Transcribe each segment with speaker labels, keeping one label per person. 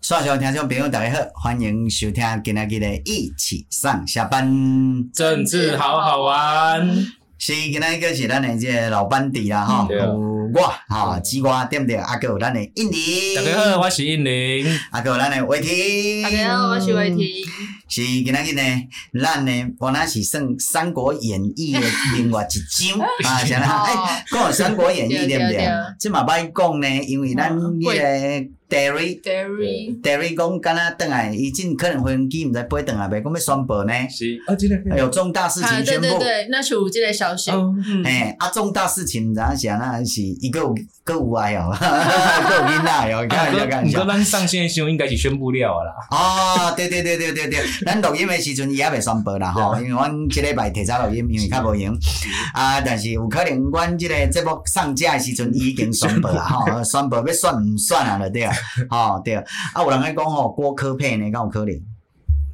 Speaker 1: 线上听众朋友大家好，欢迎收听今仔日的《一起上下班》，
Speaker 2: 政治好好玩，
Speaker 1: 是今仔个是咱的这个老班底啦吼，
Speaker 2: 嗯对
Speaker 1: 有
Speaker 2: 啊
Speaker 1: 我哈，紫瓜对不对？啊，还有咱的印尼，
Speaker 2: 大家好，我是应林，
Speaker 1: 啊，还有咱的伟霆，
Speaker 3: 大家好，我是伟霆。。
Speaker 1: 是今仔日呢，咱呢原来是算《三国演义》的另外一 章啊，是啦，哎。
Speaker 3: 哦，
Speaker 1: 讲《三国演义》
Speaker 3: 对
Speaker 1: 对不
Speaker 3: 对
Speaker 1: 对
Speaker 3: 对？哦
Speaker 1: 即嘛歹讲呢，因为咱迄个 Derry
Speaker 3: Derry，
Speaker 1: Derry 讲，敢若等来，伊真可能飞机毋知飞转来袂，讲要宣布呢，
Speaker 2: 是啊，今天
Speaker 1: 有重大事
Speaker 3: 啊，
Speaker 1: 情
Speaker 3: 对
Speaker 1: 宣
Speaker 3: 对
Speaker 1: 布。
Speaker 3: 对，那是有这个嗯消息。
Speaker 2: 哦，
Speaker 1: 嘿，啊，重大事情，然后是那是伊个有个有爱 哦，个有囡仔
Speaker 3: 啊
Speaker 1: 哦，开玩笑，开玩
Speaker 2: 你
Speaker 1: 笑
Speaker 2: 说。咱上线的新闻应该是宣布了啊啦，
Speaker 1: 哦，对对对对对对，咱录音的时阵伊还未宣布啦吼，因为阮即礼拜提早录音，因为较无闲。啊，但是有可能阮即个节目上架的时阵伊已经宣布啦吼， 宣布要选毋选啊就对啊，吼对啊。啊，有人咧讲吼郭科佩呢，敢有可能？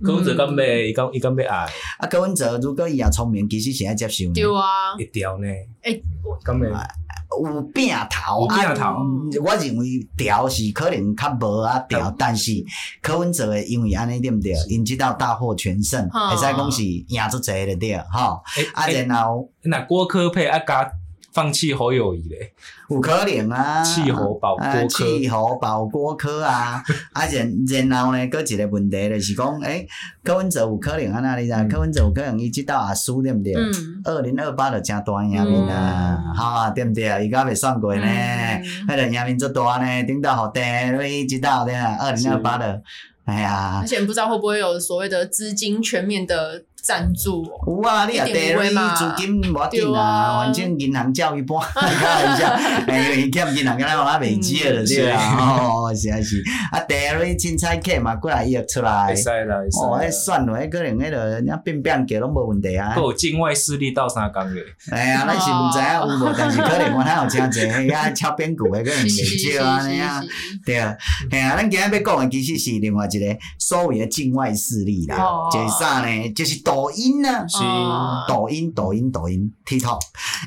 Speaker 2: 柯文哲敢要，伊敢伊敢要爱，
Speaker 1: 啊，柯文哲如果伊也聪明，其实是爱接受呢。
Speaker 3: 对啊，
Speaker 2: 会调呢，
Speaker 3: 诶，我
Speaker 2: 敢要
Speaker 1: 有病头，
Speaker 2: 有
Speaker 1: 啊
Speaker 2: 病头，
Speaker 1: 我认为调是可能较无啊调，但是柯文哲的因为安尼对毋对？因即道大获全胜，
Speaker 3: 哈
Speaker 1: 会使讲是赢足侪就对了吼。啊，
Speaker 2: 诶，
Speaker 1: 然后
Speaker 2: 哎那郭科配啊加放弃侯友谊嘞，
Speaker 1: 有可能啊，
Speaker 2: 气候保
Speaker 1: 啊
Speaker 2: 郭科
Speaker 1: 气候保锅科 啊，啊然然后呢，搁一个问题就是讲，诶，柯文哲有可能安啊那你知道？
Speaker 2: 嗯
Speaker 1: 柯文哲有可能伊即道也输对毋对？
Speaker 3: 嗯，
Speaker 1: 二零二八就真大赢面啊，
Speaker 3: 嗯
Speaker 1: 哈对毋对？伊敢未算过呢？
Speaker 3: 嗯
Speaker 1: 迄个赢面足大呢，顶头好地，你知道的，二零二八的，哎呀
Speaker 3: 而，且不知道会不会有所谓的资金全面的赞助哦。
Speaker 1: 有啊，你也
Speaker 3: 一
Speaker 1: 地，
Speaker 3: 定有的
Speaker 1: 你
Speaker 3: 嘛
Speaker 1: 资金无要紧
Speaker 3: 对
Speaker 1: 啊，
Speaker 3: 啊
Speaker 1: 反正银行照一般，开玩笑，哎，因为欠银行敢若我袂借了对啦，吼，是啊是，啊，地你凊彩客嘛过来约出来
Speaker 2: 会，使啦，会
Speaker 1: 哦，迄
Speaker 2: 使啦，
Speaker 1: 算落，迄可能迄落人家变变价拢无问题啊
Speaker 2: 还。有境外势力到三工嘞，
Speaker 1: 哎
Speaker 3: 哦
Speaker 1: 呀，咱是毋知影有无，但是可能我哪有诚济，迄个超编剧的可能
Speaker 3: 是是
Speaker 1: 袂
Speaker 3: 是
Speaker 1: 少安尼嗯啊。
Speaker 3: 是
Speaker 1: 对啊，嘿啊，咱今日要讲的其实是另外一个所谓的境外势力啦，
Speaker 3: 哦
Speaker 1: 就是啥呢？就是抖音啊，
Speaker 2: 是
Speaker 3: 哦
Speaker 1: 抖音、抖音、抖音、TikTok，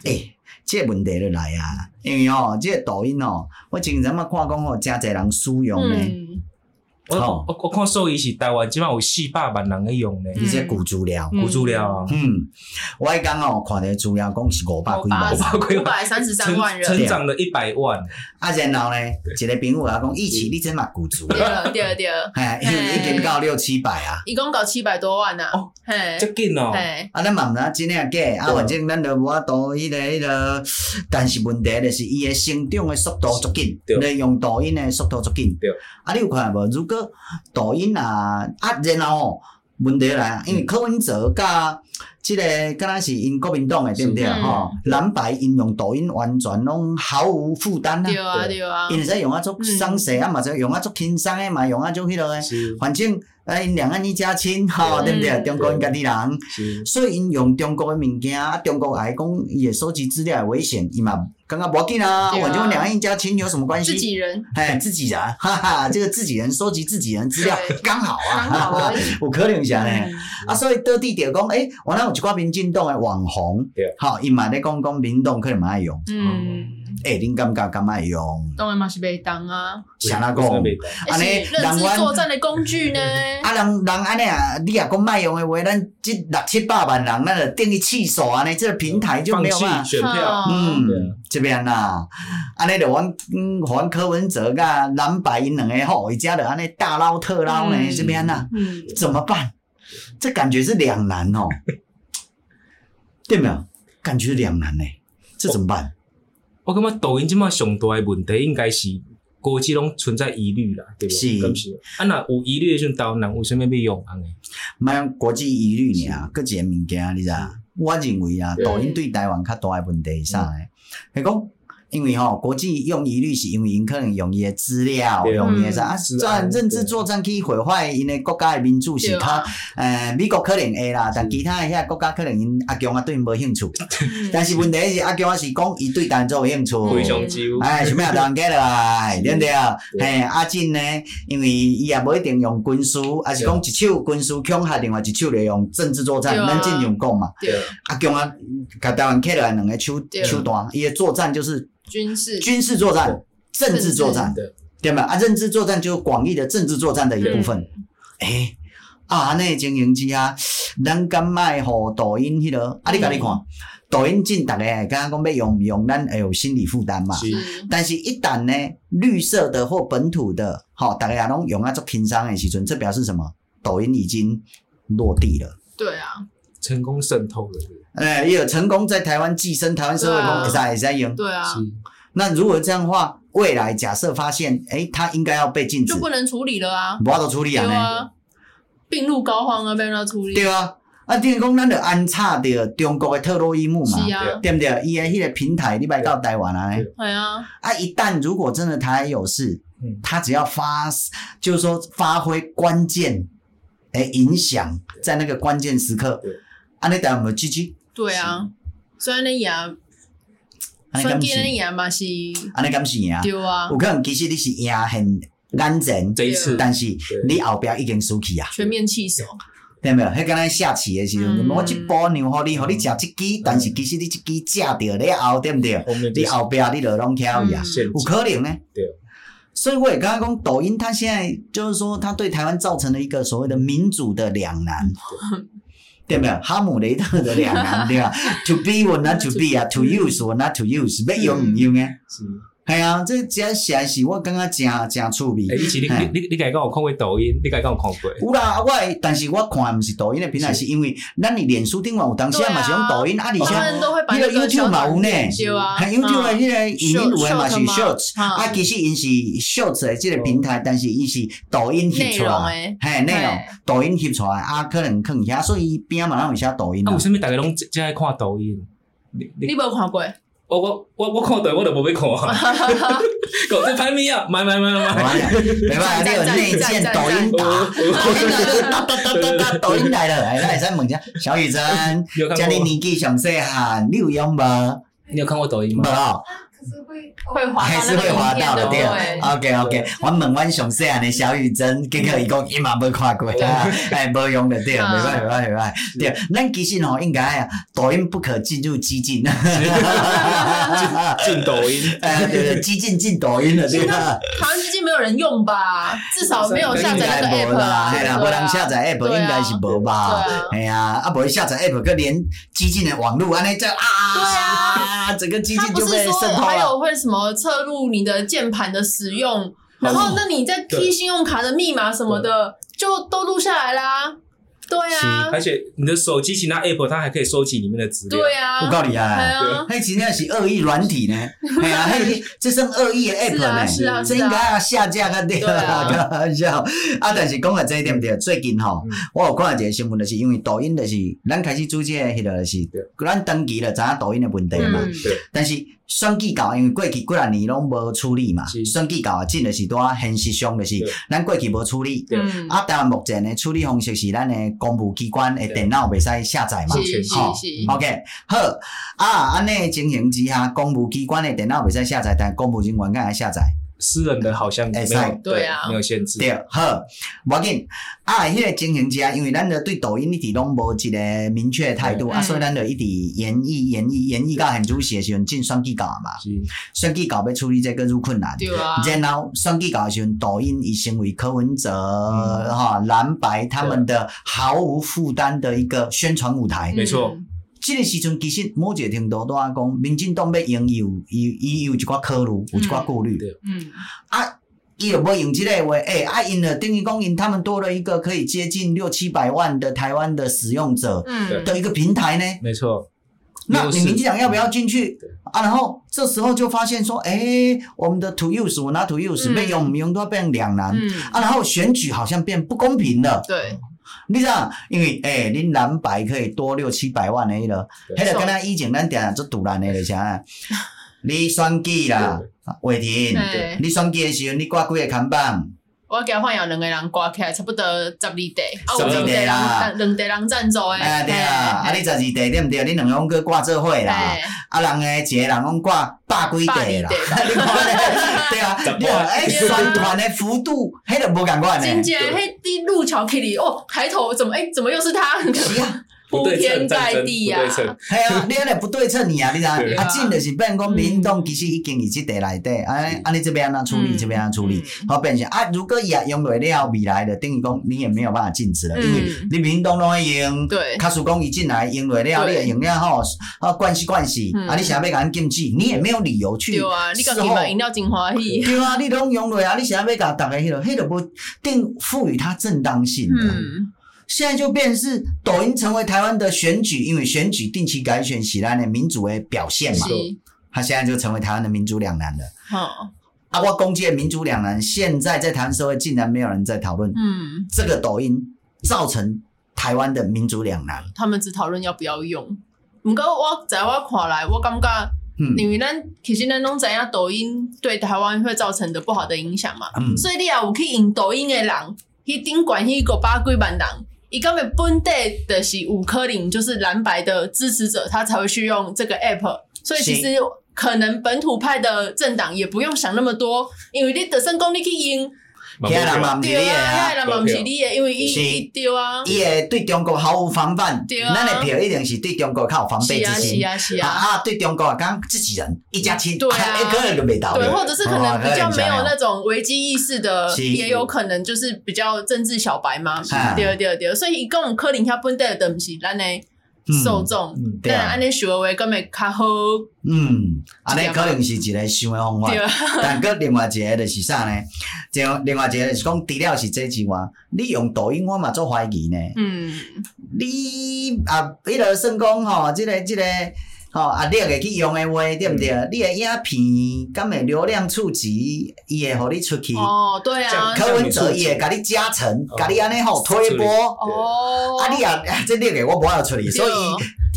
Speaker 1: 诶、这个问题就来啊，因为吼、这个抖音哦，我前阵仔看讲吼，真侪人使用呢，
Speaker 3: 嗯，
Speaker 2: 我
Speaker 1: 哦
Speaker 2: 我我看数伊是台湾即满有四百万人在用嘞，
Speaker 1: 而且古资料，
Speaker 3: 嗯
Speaker 2: 有资料啊，
Speaker 1: 嗯，我迄讲哦，看到资料讲是五百几万，
Speaker 2: 五百几万
Speaker 3: 五百三十三万人。
Speaker 2: 成长了一百万，
Speaker 1: 啊，然后呢，一个朋友也讲，一起你真嘛古资
Speaker 3: 对
Speaker 1: 料，
Speaker 3: 了对了对了，
Speaker 1: 哎，因为已经到六七百啊。
Speaker 3: 一共搞七百多万呐
Speaker 2: 哦。
Speaker 3: 嘿，
Speaker 2: 这紧哦，
Speaker 3: 嘿，
Speaker 1: 啊，咱嘛毋知真正假，啊，
Speaker 2: 对
Speaker 1: 反正咱就无法度迄个迄个，但是问题就是伊诶成长诶速度足紧，
Speaker 2: 对
Speaker 1: 你用抖音诶速度足紧
Speaker 2: 对。
Speaker 1: 啊，你有看无？如果抖音啊，啊，然后哦问题来啊，因为柯文哲甲即个敢若是因国民党诶，对毋对
Speaker 3: 是
Speaker 1: 吼？蓝白因用抖音完全拢毫无负担
Speaker 3: 对
Speaker 1: 啊，
Speaker 3: 啊对啊
Speaker 1: 因。会使用啊足省势啊，嘛使用啊足轻松诶，嘛用啊足迄落诶，
Speaker 2: 是
Speaker 1: 反正啊，因两岸一家亲吼，对毋对？
Speaker 3: 嗯
Speaker 1: 中国因家己人。
Speaker 2: 是，
Speaker 1: 所以因用中国的物件，啊，中国还讲伊的收集资料的危险，伊嘛感觉无要紧啊，
Speaker 3: 对啊
Speaker 1: 反正两岸一家亲有什么关
Speaker 3: 自
Speaker 1: 系？
Speaker 3: 己人
Speaker 1: 哎，自己人，哈哈，这个自己人收集自己人资料
Speaker 3: 对
Speaker 1: 刚好啊，
Speaker 3: 刚好而已。
Speaker 1: 有可能是安尼。
Speaker 3: 嗯
Speaker 1: 啊，所以到底就讲，诶、我那有一寡民进党的网红
Speaker 2: 对，
Speaker 1: 吼，伊嘛咧讲讲民党可能嘛爱用，
Speaker 2: 哦
Speaker 3: 嗯，
Speaker 1: 诶、恁感觉敢爱用？
Speaker 3: 当然嘛是被当啊。
Speaker 1: 谁来
Speaker 2: 为什么
Speaker 1: 讲？
Speaker 2: 不可以
Speaker 1: 安尼
Speaker 3: 欸是认知作战的工具呢？
Speaker 1: 啊，人人安尼啊，你若讲卖用的话，咱即六七百万人，咱就定义次数安尼，这个平台就
Speaker 2: 放
Speaker 1: 没有
Speaker 2: 弃
Speaker 1: 办法。
Speaker 2: 选票，
Speaker 3: 嗯，
Speaker 1: 嗯
Speaker 2: 对啊，
Speaker 1: 这边啦，安尼就阮嗯，阮柯文哲甲蓝白因两个吼，伊家就安尼大捞特捞呢，
Speaker 3: 嗯
Speaker 1: 这边啦，
Speaker 3: 嗯，
Speaker 1: 怎么办？这感觉是两难 哦，对没有？感觉是两难呢、这怎么办？
Speaker 2: 我感觉抖音即马上大的问题应该是国际拢存在疑虑啦，对不
Speaker 1: 是
Speaker 2: 对？敢是啊，若有疑虑的时阵，台湾人为什么要用啊安尼？
Speaker 1: 卖国际疑虑尔，搁一个物件，你知道？我认为啊，
Speaker 2: 对
Speaker 1: 抖音对台湾较大的问题是啥呢？系讲，因为吼、国际用疑虑是因为因可能用伊的资料，
Speaker 2: 对
Speaker 1: 用伊的啥
Speaker 3: 嗯
Speaker 1: 啊，
Speaker 2: 是啊
Speaker 1: 战政治
Speaker 2: 对
Speaker 1: 作战去毁坏因的国家的民主是
Speaker 3: 对
Speaker 1: 较
Speaker 3: 啊，
Speaker 1: 诶，美国可能会啦，但其他诶遐国家可能因阿强啊对因无兴趣。
Speaker 3: 嗯
Speaker 1: 但是问题是阿强啊是讲伊对台湾有兴趣。
Speaker 2: 非常少，
Speaker 1: 哎，想要台湾过 来，对不对？
Speaker 2: 对
Speaker 1: 嘿，阿进呢，因为伊也无一定用军事，啊是讲一手军事恐吓，另外一手就用政治作战。
Speaker 3: 对啊
Speaker 1: 咱正常讲嘛，
Speaker 3: 对，
Speaker 1: 阿强啊，甲台湾起来两个手
Speaker 3: 对
Speaker 1: 手段，伊诶作战就是
Speaker 3: 军事
Speaker 1: 军事作战、政治作战，
Speaker 2: 对
Speaker 1: 对对吧？啊，认知作战就是广义的政治作战的一部分。诶、啊，安尼的情形之下，咱敢卖互抖音迄、落、啊，你家己看，抖音进逐个，刚刚讲要用毋用，咱会有心理负担嘛。
Speaker 2: 啊
Speaker 3: 嗯
Speaker 2: 是
Speaker 1: 但是，一旦呢，绿色的或本土的，吼、大家拢用啊做轻商的时阵，这表示什么？抖音已经落地了。
Speaker 3: 对啊，
Speaker 2: 成功渗透了，
Speaker 1: 呃，也有成功在台湾寄生，台湾社会公
Speaker 3: 对啊
Speaker 1: 会在在用。
Speaker 3: 对啊，
Speaker 2: 是
Speaker 1: 那如果这样的话，未来假设发现，诶，它应该要被禁止
Speaker 3: 就，不能处理了啊，
Speaker 1: 无法度处理
Speaker 3: 对
Speaker 1: 啊呢？
Speaker 3: 啊，病入膏肓啊，被他处理，
Speaker 1: 对啊，啊，等于讲咱就安插着中国的特洛伊木嘛，
Speaker 3: 是啊，
Speaker 1: 对不对？伊的迄个平台，你来到台湾来
Speaker 2: 对，
Speaker 3: 哎呀，
Speaker 1: 啊，一旦如果真的台湾有事
Speaker 2: 嗯，
Speaker 1: 他只要发，就是说发挥关键，诶，影响在那个关键时刻
Speaker 2: 对，
Speaker 1: 安尼台湾有 GG，
Speaker 3: 对啊，虽然你也，
Speaker 1: 安尼
Speaker 3: 虽然
Speaker 1: 敢
Speaker 3: 今
Speaker 1: 是
Speaker 3: 天，也嘛是，
Speaker 1: 安尼敢是赢，
Speaker 3: 对啊
Speaker 1: 有，可能其实你是赢很眼前。
Speaker 2: 这一次
Speaker 1: 但是你后壁已经输去啊，
Speaker 3: 全面弃守，
Speaker 1: 听到没有？迄敢若下棋的时候，
Speaker 3: 嗯
Speaker 1: 我一波让互
Speaker 2: 嗯
Speaker 1: 你，互你食一支，但是其实你一支食着了后，对不对？
Speaker 2: 后面就
Speaker 1: 你
Speaker 2: 是
Speaker 1: 后壁你就拢挑伊啊，
Speaker 3: 嗯
Speaker 2: 陷
Speaker 1: 有
Speaker 2: 阱，
Speaker 1: 可能呢。
Speaker 2: 对。
Speaker 1: 所以我也刚刚讲，抖音它现在就是说，它对台湾造成了一个所谓的民主的两难，对没有？哈姆雷特的两难， 对吧？To be or not to be 嗯啊，To use or not to use，要用唔用呢？
Speaker 2: 是
Speaker 1: 系啊，这这实在是我感觉真真趣味。
Speaker 2: 哎，以前
Speaker 1: 嘿
Speaker 2: 你你你家讲有看过抖音，你家讲有看过，
Speaker 1: 有啦，我的但是我看毋是抖音的平台，是
Speaker 2: 是
Speaker 1: 因为咱你脸书顶嘛有当时
Speaker 3: 对啊
Speaker 1: 嘛是用抖音，啊，而
Speaker 3: 他
Speaker 1: 且
Speaker 3: 们都会把
Speaker 1: 迄
Speaker 3: 那
Speaker 1: 个
Speaker 3: 个小
Speaker 1: YouTube 嘛有
Speaker 3: 短
Speaker 1: 呢
Speaker 3: 片对啊
Speaker 1: 很 YouTube 的
Speaker 3: 嗯
Speaker 1: 迄个影音有的嘛是
Speaker 3: Short-
Speaker 1: Shorts，
Speaker 3: 嘛嗯
Speaker 1: 啊，其实因是 Shorts 的即个平台，但是因是抖音翕
Speaker 3: 哦内
Speaker 1: 出
Speaker 3: 容
Speaker 1: 来，
Speaker 3: 诶，
Speaker 1: 嘿，内容
Speaker 3: 嘿
Speaker 1: 抖音翕出来，啊，可能放遐，所以边嘛拢有写抖音
Speaker 2: 啊，
Speaker 3: 哦
Speaker 1: 啊
Speaker 2: 为。什么大家拢只只爱看抖音？你你
Speaker 3: 你无看过？
Speaker 2: 我我我我看抖音我都无要看 啊，搞这排名啊，买买买买哦买，
Speaker 1: 没办法，你有内建
Speaker 3: 赞赞赞哦
Speaker 1: 抖音打，哦抖音来了，哒哒哒哒 哒，抖音来了，哎，那也再问一下，小雨珍，
Speaker 2: 你有看
Speaker 1: 家你
Speaker 2: 过吗？
Speaker 1: 年纪上细汉，你有用无？
Speaker 2: 你有看过抖音
Speaker 1: 无
Speaker 2: 吗？
Speaker 3: 啊
Speaker 1: 哦。
Speaker 4: 可是会
Speaker 3: 会滑
Speaker 1: 还是会滑到的，对。OK OK，我问阮上细汉的小雨珍，结果伊讲伊嘛无看过，啊，哎，无用的对，袂歹袂歹袂
Speaker 3: 嗯
Speaker 1: 歹，对，咱其实吼应该啊，抖音不可进入激 进，哎，
Speaker 2: 进抖音，
Speaker 1: 对对，激进进抖音了，对吧？
Speaker 3: 台湾最近没有人用吧？至少没有下
Speaker 1: 应
Speaker 3: 载
Speaker 1: 该
Speaker 3: 那
Speaker 1: 无
Speaker 3: 个 app
Speaker 1: 啦，
Speaker 3: 啊，
Speaker 1: 系
Speaker 3: 对
Speaker 1: 啦，无人下
Speaker 3: 啊，
Speaker 1: 载 app 应该是无吧？哎呀，啊，无下载 app，佮连激进的网络安尼这啊，整个激
Speaker 3: 他
Speaker 1: 进
Speaker 3: 不
Speaker 1: 就是被
Speaker 3: 说
Speaker 1: 渗透
Speaker 3: 还
Speaker 1: 了。
Speaker 3: 有会什么测入你的键盘的使用，然后那你在 key
Speaker 2: 对
Speaker 3: 信用卡的密码什么的，就都录下来啦。对啊，
Speaker 2: 而且你的手机其他 app 它还可以收集里面的资料，
Speaker 3: 对
Speaker 1: 有
Speaker 3: 啊，
Speaker 1: 够厉害
Speaker 3: 对
Speaker 1: 啊！
Speaker 3: 啊，
Speaker 1: 迄真正是恶意软 体呢，系啊，迄这算恶意的 app
Speaker 3: 是啊
Speaker 1: 呢，
Speaker 3: 是啊
Speaker 1: 这
Speaker 3: 是啊
Speaker 1: 应该啊下架个对啊，
Speaker 3: 对
Speaker 1: 开玩笑。啊，但是讲到这一点对，最近吼
Speaker 2: 嗯，
Speaker 1: 我有看到一个新闻，就是因为抖音就是咱开始做这个迄个就是，咱长期了知影抖音的问题啊嘛，
Speaker 3: 嗯
Speaker 2: 对，
Speaker 1: 但是选举到，因为过去几若年拢无处理嘛，
Speaker 2: 是
Speaker 1: 选举到真就是在现实上就是
Speaker 2: 对
Speaker 1: 咱过去无处理。
Speaker 2: 对
Speaker 3: 嗯，
Speaker 1: 啊，台湾目前的处理方式是咱的公务机关的
Speaker 2: 对
Speaker 1: 电脑袂使下载嘛
Speaker 3: 是，是
Speaker 1: 吼
Speaker 3: 是，
Speaker 1: OK，好啊，安尼的情形之下，公务机关的电脑袂使下载，但公务人员敢会下载？
Speaker 2: 私人的好像没
Speaker 1: 哎塞
Speaker 2: 有，
Speaker 3: 对啊
Speaker 2: 没有限制，
Speaker 1: 对，好，无要紧。啊，迄、个情形之下，因为咱着对抖音一直拢无一个明确的态度、
Speaker 3: 嗯
Speaker 1: 啊，所以咱着一直演绎、演绎、演绎到很主席的时阵，进选举稿嘛，
Speaker 2: 是
Speaker 1: 选举稿要处理这个入困难。
Speaker 3: 对啊，
Speaker 1: 然后选举稿的时阵，抖音已成为柯文哲
Speaker 2: 嗯
Speaker 1: 哈、蓝白他们的毫无负担的一个宣传舞台。
Speaker 2: 没错
Speaker 3: 嗯，
Speaker 1: 即个时阵，其实某一个程度都啊讲，民进党要用伊有伊伊有一寡考虑，有一寡顾虑。
Speaker 2: 对
Speaker 3: 嗯，
Speaker 1: 啊，伊若要用即个话，诶、啊，因了等于讲因他们多了一个可以接近六七百万的台湾的使用者
Speaker 3: 嗯，
Speaker 1: 的一个平台呢。
Speaker 2: 没错，
Speaker 1: 那
Speaker 2: 优
Speaker 1: 你
Speaker 2: 势
Speaker 1: 民进党要不要进去
Speaker 2: 对
Speaker 1: 啊？然后这时候就发现说，诶、我们的 to use，我拿 to use
Speaker 3: 嗯
Speaker 1: 被用，我们用都要变两难。
Speaker 3: 嗯，
Speaker 1: 啊，然后选举好像变不公平了，
Speaker 3: 对，
Speaker 1: 你知道？因为诶，恁、蓝白可以多六七百万的迄落，
Speaker 2: 对
Speaker 1: 迄个敢若以前咱定定做突然的，就是啥？你选举啦，伟霆，
Speaker 3: 哎
Speaker 1: 你选举的时候，你挂几个扛棒？
Speaker 3: 我给他换有两个人挂起来，差不多十二地，啊，
Speaker 1: 十二地
Speaker 3: 有两地人，
Speaker 1: 啦
Speaker 3: 两地人赞助诶，
Speaker 1: 哎，对啊，啊，你
Speaker 3: 嘿
Speaker 1: 十二地对不对？你两个拢去挂做伙啦，
Speaker 3: 嘿
Speaker 1: 啊，人诶，一个人拢挂百几地啦，
Speaker 3: 百
Speaker 1: 你看咧，对啊，你看，哎，
Speaker 3: 对啊
Speaker 1: 宣传的幅度，迄个无共款
Speaker 3: 真
Speaker 1: 呢。
Speaker 3: 正迄滴路桥 Kitty 哦，抬头怎么哎、怎么又是他？
Speaker 1: 是啊，
Speaker 2: 不
Speaker 3: 铺
Speaker 2: 对
Speaker 3: 天
Speaker 2: 称战
Speaker 3: 盖
Speaker 2: 争，
Speaker 3: 地
Speaker 2: 不
Speaker 3: 啊
Speaker 2: 对！称，
Speaker 1: 系啊，你安尼不对称你啊，你知道
Speaker 2: 对
Speaker 1: 啊，
Speaker 3: 啊
Speaker 1: 进就是变讲民党其实已经伫即地内底，啊啊，你这边安怎处理，
Speaker 3: 嗯
Speaker 1: 这边安啊怎处理，好变成啊，如果伊也用落了未来的，等于讲你也没有办法禁止了，因为
Speaker 3: 嗯
Speaker 1: 你民党拢会用。
Speaker 3: 对，
Speaker 1: 卡叔讲伊进来用落了，你
Speaker 3: 对
Speaker 1: 也用了吼，啊惯势惯势，
Speaker 3: 嗯
Speaker 1: 啊你想要甲咱禁止，你也没有理由去。
Speaker 3: 对啊，你家己
Speaker 1: 事后
Speaker 3: 嘛饮料真欢喜，
Speaker 1: 对啊，你拢用落啊，你想要甲大家迄落，迄落无定赋予它正当性的。
Speaker 3: 嗯，
Speaker 1: 现在就变成是抖音成为台湾的选举，因为选举定期改选是咱的民主的表现
Speaker 2: 嗯
Speaker 3: 是
Speaker 1: 嘛，，它现在就成为台湾的民主两难了。
Speaker 3: 好，
Speaker 1: 啊，我攻击的民主两难，现在在台湾社会竟然没有人在讨论
Speaker 3: 嗯，
Speaker 1: 这个抖音造成台湾的民主两难。
Speaker 3: 他们只讨论要不要用。毋过我在我看来，我感觉，
Speaker 1: 嗯
Speaker 3: 因为咱其实咱拢知影抖音对台湾会造成的不好的影响嘛，
Speaker 1: 嗯，
Speaker 3: 所以你也有去用抖音的人，去顶管迄个百几万人，伊根本本地就是有可能就是蓝白的支持者，他才会去用这个 app。所以其实可能本土派的政党也不用想那么多，因为你就算讲你去用，
Speaker 2: 嘛
Speaker 1: 天啦
Speaker 2: 无
Speaker 1: 嘛，毋是你
Speaker 3: 对
Speaker 1: 的
Speaker 3: 啊，
Speaker 1: 啊
Speaker 3: 遐的人嘛毋是你的，因为伊
Speaker 1: 是
Speaker 3: 伊对啊，
Speaker 1: 伊会对中国毫无防范，
Speaker 3: 对啊
Speaker 1: 咱的票一定是对中国较有防备
Speaker 3: 是
Speaker 1: 之
Speaker 3: 啊
Speaker 1: 心
Speaker 3: 是。啊是
Speaker 1: 啊
Speaker 3: 啊，
Speaker 1: 啊，对中国讲自己人一家亲，
Speaker 3: 对啊
Speaker 1: 哎可能就没道理。
Speaker 3: 对，或者是可能比较没有
Speaker 1: 哦
Speaker 3: 那种危机意识的，
Speaker 1: 是
Speaker 3: 也有可能就是比较政治小白嘛
Speaker 1: 啊。
Speaker 3: 对对对，所以伊讲可能遐本地的毋是咱的受众
Speaker 2: 嗯，
Speaker 1: 对啊
Speaker 3: 但安尼想的话，敢会较好。
Speaker 1: 嗯，安尼
Speaker 3: 一点
Speaker 1: 可能是一个想的方法
Speaker 3: 对，啊，
Speaker 1: 但佮另外一个就是啥呢？就另外一个就是讲，除了是这之外，你用抖音我嘛做怀疑呢。
Speaker 3: 嗯，
Speaker 1: 你啊，迄落算讲吼，即、个即、个吼啊，你会去用的话，对毋对？你的影片敢会流量触及，伊会互你出去。
Speaker 3: 哦，对
Speaker 2: 这样，
Speaker 3: 啊
Speaker 1: 柯文哲伊会甲你加成，甲你安尼吼推波。
Speaker 3: 哦，
Speaker 1: 啊，你啊， 这你个我无法处理，
Speaker 3: 对
Speaker 1: 所以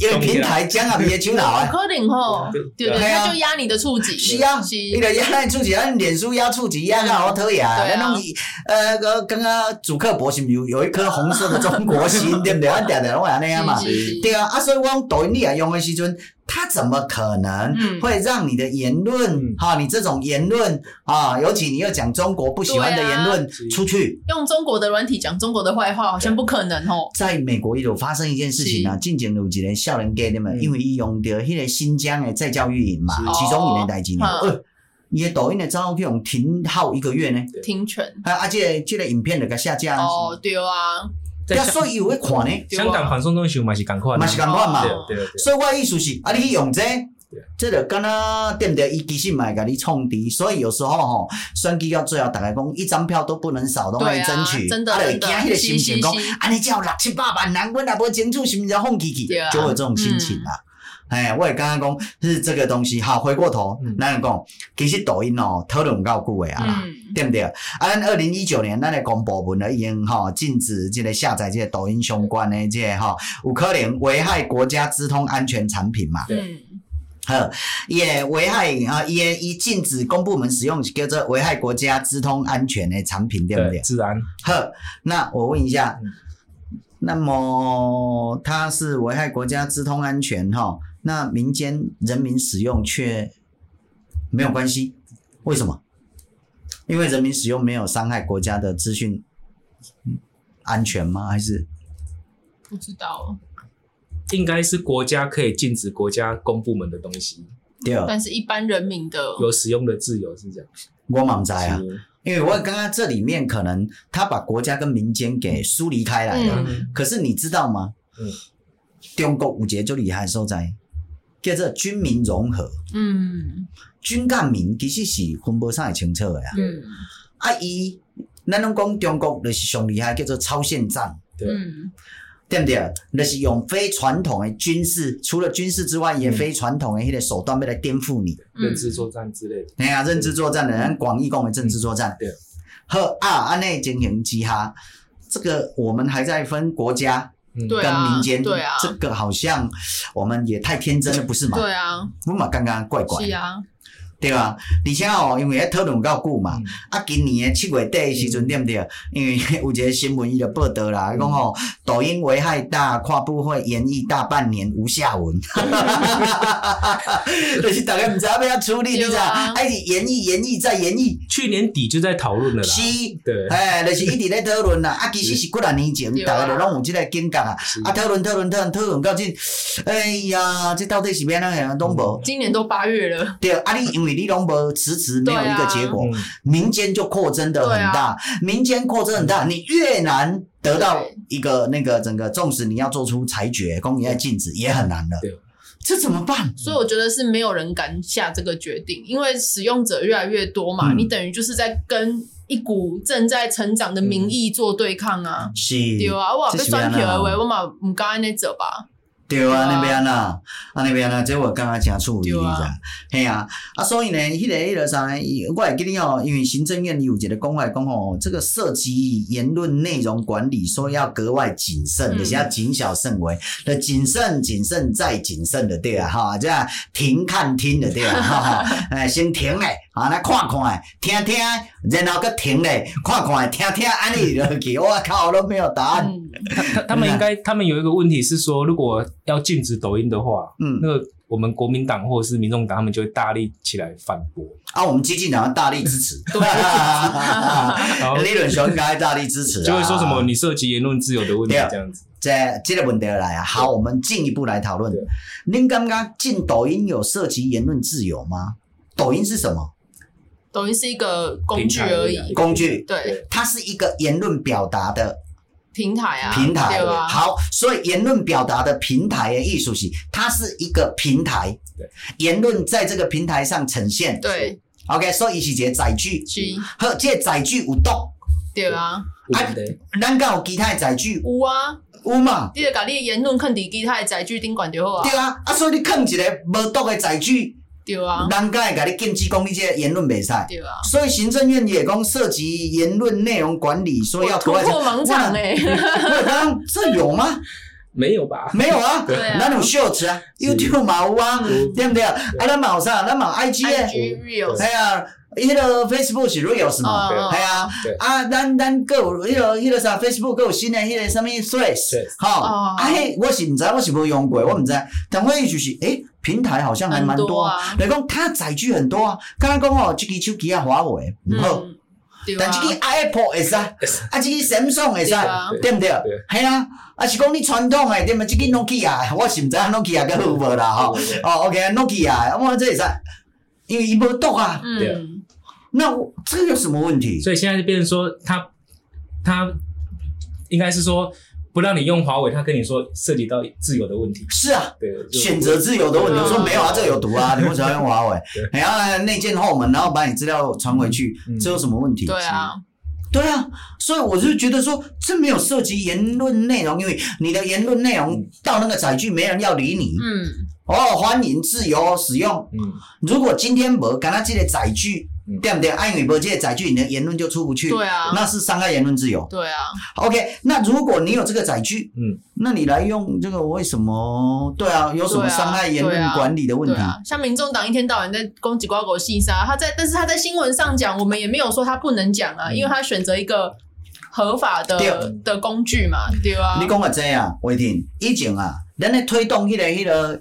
Speaker 1: 因为平台将啊，别手脑啊。
Speaker 3: 哦可能吼， 对
Speaker 2: 对
Speaker 3: 对，
Speaker 1: 对啊
Speaker 3: 他就压你的触及，
Speaker 1: 是啊，
Speaker 3: 是，
Speaker 1: 伊就压咱触及，咱脸书压触及，压到好讨厌啊！
Speaker 3: 对啊
Speaker 1: 咱拢以呃个刚刚主客博是不是有有一颗红色的中国 心，对不对？咱常常拢会安尼啊嘛
Speaker 3: 是。是
Speaker 1: 对啊，啊，所以我讲抖音你啊用的时阵，它怎么可能
Speaker 3: 嗯
Speaker 1: 会让你的言论
Speaker 2: 嗯
Speaker 1: 哈、你这种言论啊，尤其你又讲中国不喜欢的
Speaker 3: 对啊
Speaker 1: 言论
Speaker 2: 是
Speaker 1: 出去，
Speaker 3: 用中国的软体讲中国的坏话，好像不可能哦。
Speaker 1: 在美国伊有发生一件事情啊，进前有一个少年家的嘛，
Speaker 2: 嗯
Speaker 1: 因为伊用着迄个新疆的再教育营嘛，
Speaker 2: 是
Speaker 1: 其中一个代志呢，
Speaker 3: 嗯
Speaker 1: 呃，伊的抖音的账号去用停号一个月呢，
Speaker 3: 听权
Speaker 1: 啊啊，这个这个影片就甲下架啊，
Speaker 3: 哦，对啊，
Speaker 1: 对啊，
Speaker 2: 在
Speaker 1: 所以有会看呢，
Speaker 2: 香港反送中时候嘛是共款啊，
Speaker 1: 嘛是共款嘛
Speaker 2: 对，对对，
Speaker 1: 所以我的意思是，啊，你去用这
Speaker 2: 对啊。
Speaker 1: 这就敢若对不对？伊其实嘛会甲你创敌，所以有时候吼，选举到最后，大家讲一张票都不能少，拢
Speaker 3: 对
Speaker 1: 爱
Speaker 3: 啊
Speaker 1: 争取，
Speaker 3: 真的
Speaker 1: 啊，就会
Speaker 3: 真的
Speaker 1: 惊迄个
Speaker 3: 是
Speaker 1: 心情
Speaker 3: 是
Speaker 1: 讲，
Speaker 3: 是
Speaker 1: 安尼才有六七百万人，阮若无争取，是毋是要放弃去
Speaker 3: 对？啊嗯
Speaker 1: 就会有这种心情啦。哎，我也刚刚讲是这个东西。好，回过头
Speaker 2: 嗯，
Speaker 1: 咱来讲，其实抖音哦，讨论有够久的啊啦，
Speaker 3: 嗯，
Speaker 1: 对不对？啊，咱二零一九年，咱的公部门呢已经吼禁止这个下载这个抖音相关的这个吼，有可能危害国家资通安全产品嘛。
Speaker 2: 对
Speaker 3: 嗯，
Speaker 1: 呵，也危害啊，也一禁止公部门使用叫做危害国家资通安全的产品，对不对？
Speaker 2: 自然
Speaker 1: 呵，那我问一下
Speaker 2: 嗯，
Speaker 1: 那么它是危害国家资通安全哈，那民间人民使用却没有关系，为什么？因为人民使用没有伤害国家的资讯安全吗？还是
Speaker 3: 不知道，
Speaker 2: 应该是国家可以禁止国家公部门的东西，
Speaker 1: 第二？
Speaker 3: 但是一般人民的
Speaker 2: 有使用的自由是这样。
Speaker 1: 我满在啊，
Speaker 2: 是
Speaker 1: 因为我刚刚这里面可能他把国家跟民间给疏离开来了，
Speaker 3: 嗯
Speaker 1: 可是你知道吗？
Speaker 2: 嗯
Speaker 1: 中国有一个就厉害的所在，叫做军民融合。
Speaker 3: 嗯
Speaker 1: 军甲民其实是分不上会清楚的啊。
Speaker 3: 嗯
Speaker 1: 啊，伊咱拢讲中国就是上厉害，叫做超限战，
Speaker 2: 对，
Speaker 3: 嗯
Speaker 1: 对不对？就是用非传统的军事，除了军事之外，也非传统的迄个手段要来颠覆你。
Speaker 2: 认知作战之类的，
Speaker 1: 哎
Speaker 3: 嗯
Speaker 1: 呀、认知作战的，咱广义讲的政治作战。
Speaker 2: 嗯对。
Speaker 1: 好啊，安内情形之下，这个我们还在分国家
Speaker 2: 嗯
Speaker 3: 对
Speaker 1: 跟
Speaker 3: 啊
Speaker 1: 民间，
Speaker 3: 对啊
Speaker 1: 这个好像我们也太天真了，不是嘛？
Speaker 3: 对啊，
Speaker 1: 我嘛刚刚怪怪
Speaker 3: 是。啊，
Speaker 1: 对吧？而且哦，因为咧讨论有够久嘛，
Speaker 2: 嗯
Speaker 1: 啊，今年诶七月底的时阵
Speaker 3: 嗯
Speaker 1: 对毋对？因为 有一个新闻伊就报道啦，讲吼抖音危害大，跨部会延役大半年无下 文， 就是大家毋知道要怎处理，你知
Speaker 3: 对
Speaker 1: 道？
Speaker 3: 啊
Speaker 1: 啊，一直延役、延役再延役，
Speaker 2: 去年底就在讨论了啦。
Speaker 1: 是，
Speaker 2: 对，
Speaker 1: 哎，就是一直咧讨论啦。啊，其实是几若年前，
Speaker 3: 对啊嗯
Speaker 1: 大家就拢有即个警觉啊。
Speaker 2: 是
Speaker 1: 啊，讨论讨论讨论讨论到这，哎呀，这到底是变哪样拢无？
Speaker 3: 今年都八月了，
Speaker 1: 对，啊，你因为你拢无辞职，没有一个结
Speaker 3: 啊
Speaker 1: 果。
Speaker 2: 嗯
Speaker 1: 民间就扩增的很大，民间扩增很大，你越难得到一个那个整个，纵使你要做出裁决，公你要禁止也很难了
Speaker 2: 对。
Speaker 1: 这怎么办？
Speaker 3: 所以我觉得是没有人敢下这个决定，因为使用者越来越多嘛，
Speaker 1: 嗯
Speaker 3: 你等于就是在跟一股正在成长的民意做对抗啊。
Speaker 1: 是，
Speaker 2: 嗯
Speaker 3: 对啊，我也
Speaker 1: 这
Speaker 3: 被
Speaker 1: 是要
Speaker 3: 选
Speaker 1: 哪
Speaker 3: 票的话，我嘛唔敢安尼做吧。
Speaker 1: 对啊，
Speaker 3: 对啊
Speaker 1: 那边啦，啊那边啦，这我刚刚讲处理
Speaker 3: 对
Speaker 1: 你
Speaker 3: 啊
Speaker 1: 知道？嘿啊，啊所以呢，迄、个迄、个啥呢？我会记得哦，因为行政院有一个公外讲吼，这个涉及言论内容管理，所以要格外谨慎，
Speaker 3: 嗯
Speaker 1: 就是要谨小慎微，那谨慎、谨慎再谨慎的对啊，哈，这样停看听的对啊，哈哈，哎，先停嘞，啊，来看看，听听，然后搁停嘞，看看，听听，安尼落去，我靠，我都没有答
Speaker 2: 啊
Speaker 1: 案，
Speaker 3: 嗯，
Speaker 2: 他他们应
Speaker 1: 嗯
Speaker 2: 该，他们有一个问题是说，如果要禁止抖音的话，
Speaker 1: 嗯
Speaker 2: 那，个我们国民党或者是民众党，他们就会大力起来反 驳。
Speaker 1: 啊，我们激进党要大力支持。
Speaker 3: 对，
Speaker 2: 然后
Speaker 1: 理论上应该大力支持、啊，
Speaker 2: 就会说什么你涉及言论自由的问题
Speaker 1: 对啊
Speaker 2: 这样子。
Speaker 1: 这这个问题来啊。好，我们进一步来讨论
Speaker 2: 对。
Speaker 1: 您刚刚进抖音有涉及言论自由吗？抖音是什么
Speaker 3: 抖音是一个工具
Speaker 2: 平台而
Speaker 3: 而
Speaker 2: 已啊
Speaker 3: 已，
Speaker 1: 工具？
Speaker 3: 对，
Speaker 1: 它是一个言论表达的
Speaker 3: 平台啊，
Speaker 1: 平台。
Speaker 3: 对吧？
Speaker 1: 好，所以言论表达的平台的艺术系，它是一个平台
Speaker 2: 对。
Speaker 1: 言论在这个平台上呈现。
Speaker 3: 对，
Speaker 1: OK，所以它是一个载具。
Speaker 3: 是，
Speaker 1: 好，这个载具有毒，
Speaker 3: 对啊，
Speaker 1: 啊
Speaker 2: 对
Speaker 1: 咱敢有其他的载具
Speaker 3: 有啊，
Speaker 1: 有嘛？
Speaker 3: 你著甲你的言论肯伫其他的载具顶管就好啊
Speaker 1: 对，啊，啊，所以你放一个无毒的载具。
Speaker 3: 对啊，
Speaker 1: 人家会甲你禁止讲你这个言论袂使，
Speaker 3: 对啊，
Speaker 1: 所以行政院也讲涉及言论内容管理，所以要
Speaker 3: 突
Speaker 1: 国外
Speaker 3: 破盲场欸诶，
Speaker 1: 我刚这有吗？
Speaker 2: 没有吧？
Speaker 1: 没有啊，
Speaker 3: 对啊
Speaker 1: 咱有 shorts 啊，YouTube 嘛有啊，
Speaker 2: 嗯
Speaker 1: 对不对？啊，咱嘛有啥？咱嘛有 IG 诶，
Speaker 3: ，IG Reels，
Speaker 1: 哎呀，迄个 Facebook 是 Reels
Speaker 3: 哦嗯
Speaker 1: 嘛，
Speaker 2: 对
Speaker 1: 哎呀
Speaker 2: 对，
Speaker 1: 啊，咱咱各有迄个迄个啥 Facebook 各有新的迄个什么 Threads，
Speaker 2: 对
Speaker 1: 吼，
Speaker 3: 哦
Speaker 1: 啊嘿，我是毋知，我是无用过，我毋知，但我意思是，诶，平台好像还蛮多啊。
Speaker 3: 很
Speaker 1: 来讲，它载具很多啊。刚刚讲哦，这支手机啊，华为，
Speaker 3: 多啊，
Speaker 1: 好，
Speaker 3: 嗯，对
Speaker 1: 但
Speaker 3: 啊，
Speaker 1: 这支 Apple 会使，啊，这支 Samsung 会使
Speaker 3: 对，啊，
Speaker 1: 对不对
Speaker 2: 对？
Speaker 1: 系啊，啊是讲你传统诶，对嘛？这支 Nokia，我是毋知影 Nokia 佮有无啦吼。
Speaker 2: 对
Speaker 1: 哦，OK，Nokia，我这会使，因为伊无毒啊。
Speaker 2: 对
Speaker 3: 嗯，
Speaker 1: 那我这个有什么问题？
Speaker 2: 所以现在就变成说，他他应该是说不让你用华为，他跟你说涉及到自由的问题。
Speaker 1: 是啊。
Speaker 2: 对，就嗯
Speaker 1: 选择自由的问题，
Speaker 3: 对啊
Speaker 1: 我说没有啊，这有毒啊，你为什么要用华为哎
Speaker 2: 对？
Speaker 1: 然后内建后门，然后把你资料传回去
Speaker 2: 嗯，
Speaker 1: 这有什么问题？
Speaker 3: 对啊，
Speaker 1: 对啊，所以我就觉得说，这没有涉及言论内容，因为你的言论内容到那个载具，没人要理你。
Speaker 3: 嗯，
Speaker 1: 哦，欢迎自由使用。
Speaker 2: 嗯，
Speaker 1: 如果今天无，敢那这个载具
Speaker 2: 嗯，
Speaker 1: 对不啊对？按你无这个载具，你的言论就出不去。
Speaker 3: 对啊，
Speaker 1: 那是伤害言论自由。
Speaker 3: 对啊，
Speaker 1: OK，那如果你有这个载具，
Speaker 2: 嗯，
Speaker 1: 那你来用这个，为什么？对啊，有什么
Speaker 3: 对啊
Speaker 1: 伤害言
Speaker 3: 对
Speaker 1: 论
Speaker 3: 啊
Speaker 1: 管理的问
Speaker 3: 对
Speaker 1: 题？
Speaker 3: 啊，像民众党一天到晚在攻击瓜狗细沙，他在，但是他在新闻上讲，我们也没有说他不能讲啊，
Speaker 2: 嗯
Speaker 3: 因为他选择一个合法的
Speaker 1: 对
Speaker 3: 的工具嘛，对啊，
Speaker 1: 你讲个这啊，伟霆，以前啊，咱咧推动迄、个迄、个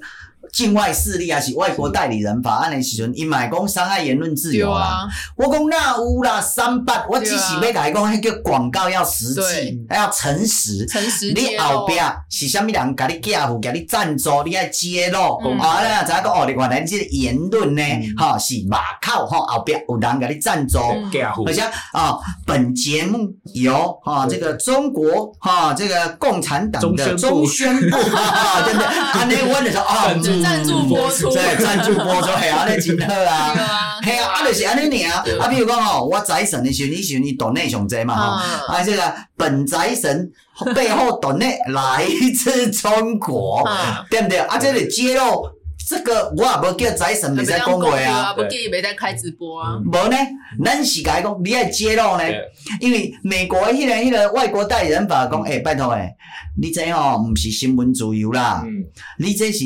Speaker 1: 境外势力啊，是外国代理人法案的时阵，伊嘛会讲伤害言论自
Speaker 3: 对
Speaker 1: 由啊。
Speaker 3: 啊，
Speaker 1: 我讲那有啦，三八，我只是要甲伊讲，迄个广告要实际
Speaker 3: 对，
Speaker 1: 要诚实。
Speaker 3: 诚实
Speaker 1: 你
Speaker 3: 揭
Speaker 1: 后
Speaker 3: 露
Speaker 1: 壁，是啥物人甲你寄付、甲你赞助、你爱揭露，
Speaker 3: 嗯
Speaker 1: 啊，咱也知影讲哦，原来你即个言论呢
Speaker 2: 嗯，
Speaker 1: 吼、是马口吼，后壁有人甲你赞助。
Speaker 3: 嗯
Speaker 2: 假货
Speaker 1: 而，且啊，本节目由啊这个中国啊这个共产党的中
Speaker 2: 中
Speaker 1: 宣部，啊真的，啊那我就是啊，
Speaker 2: 赞
Speaker 1: 嗯
Speaker 2: 助
Speaker 3: 赞助播出
Speaker 1: 对，赞助播出，系啊，那真好
Speaker 3: 对
Speaker 1: 啊，
Speaker 3: 啊，
Speaker 1: 系啊，啊就是安尼尔啊，啊比如讲吼，我财神的时候，你时候你岛内上济嘛吼。
Speaker 3: 啊，
Speaker 1: 啊，这个本财神背后岛内来自中 国，
Speaker 3: 啊
Speaker 1: 对不对？啊，这里揭露这个我也无叫财神，没
Speaker 3: 没
Speaker 1: 使
Speaker 3: 在
Speaker 1: 讲话啊。
Speaker 3: 不建议没在开直播啊，
Speaker 1: 无呢，咱是甲伊讲，你爱揭露呢
Speaker 2: 对，
Speaker 1: 因为美国迄、个迄、个外国代理人法讲，诶、拜托诶、哦你这吼、毋是新闻自由啦，
Speaker 2: 嗯，
Speaker 1: 你这是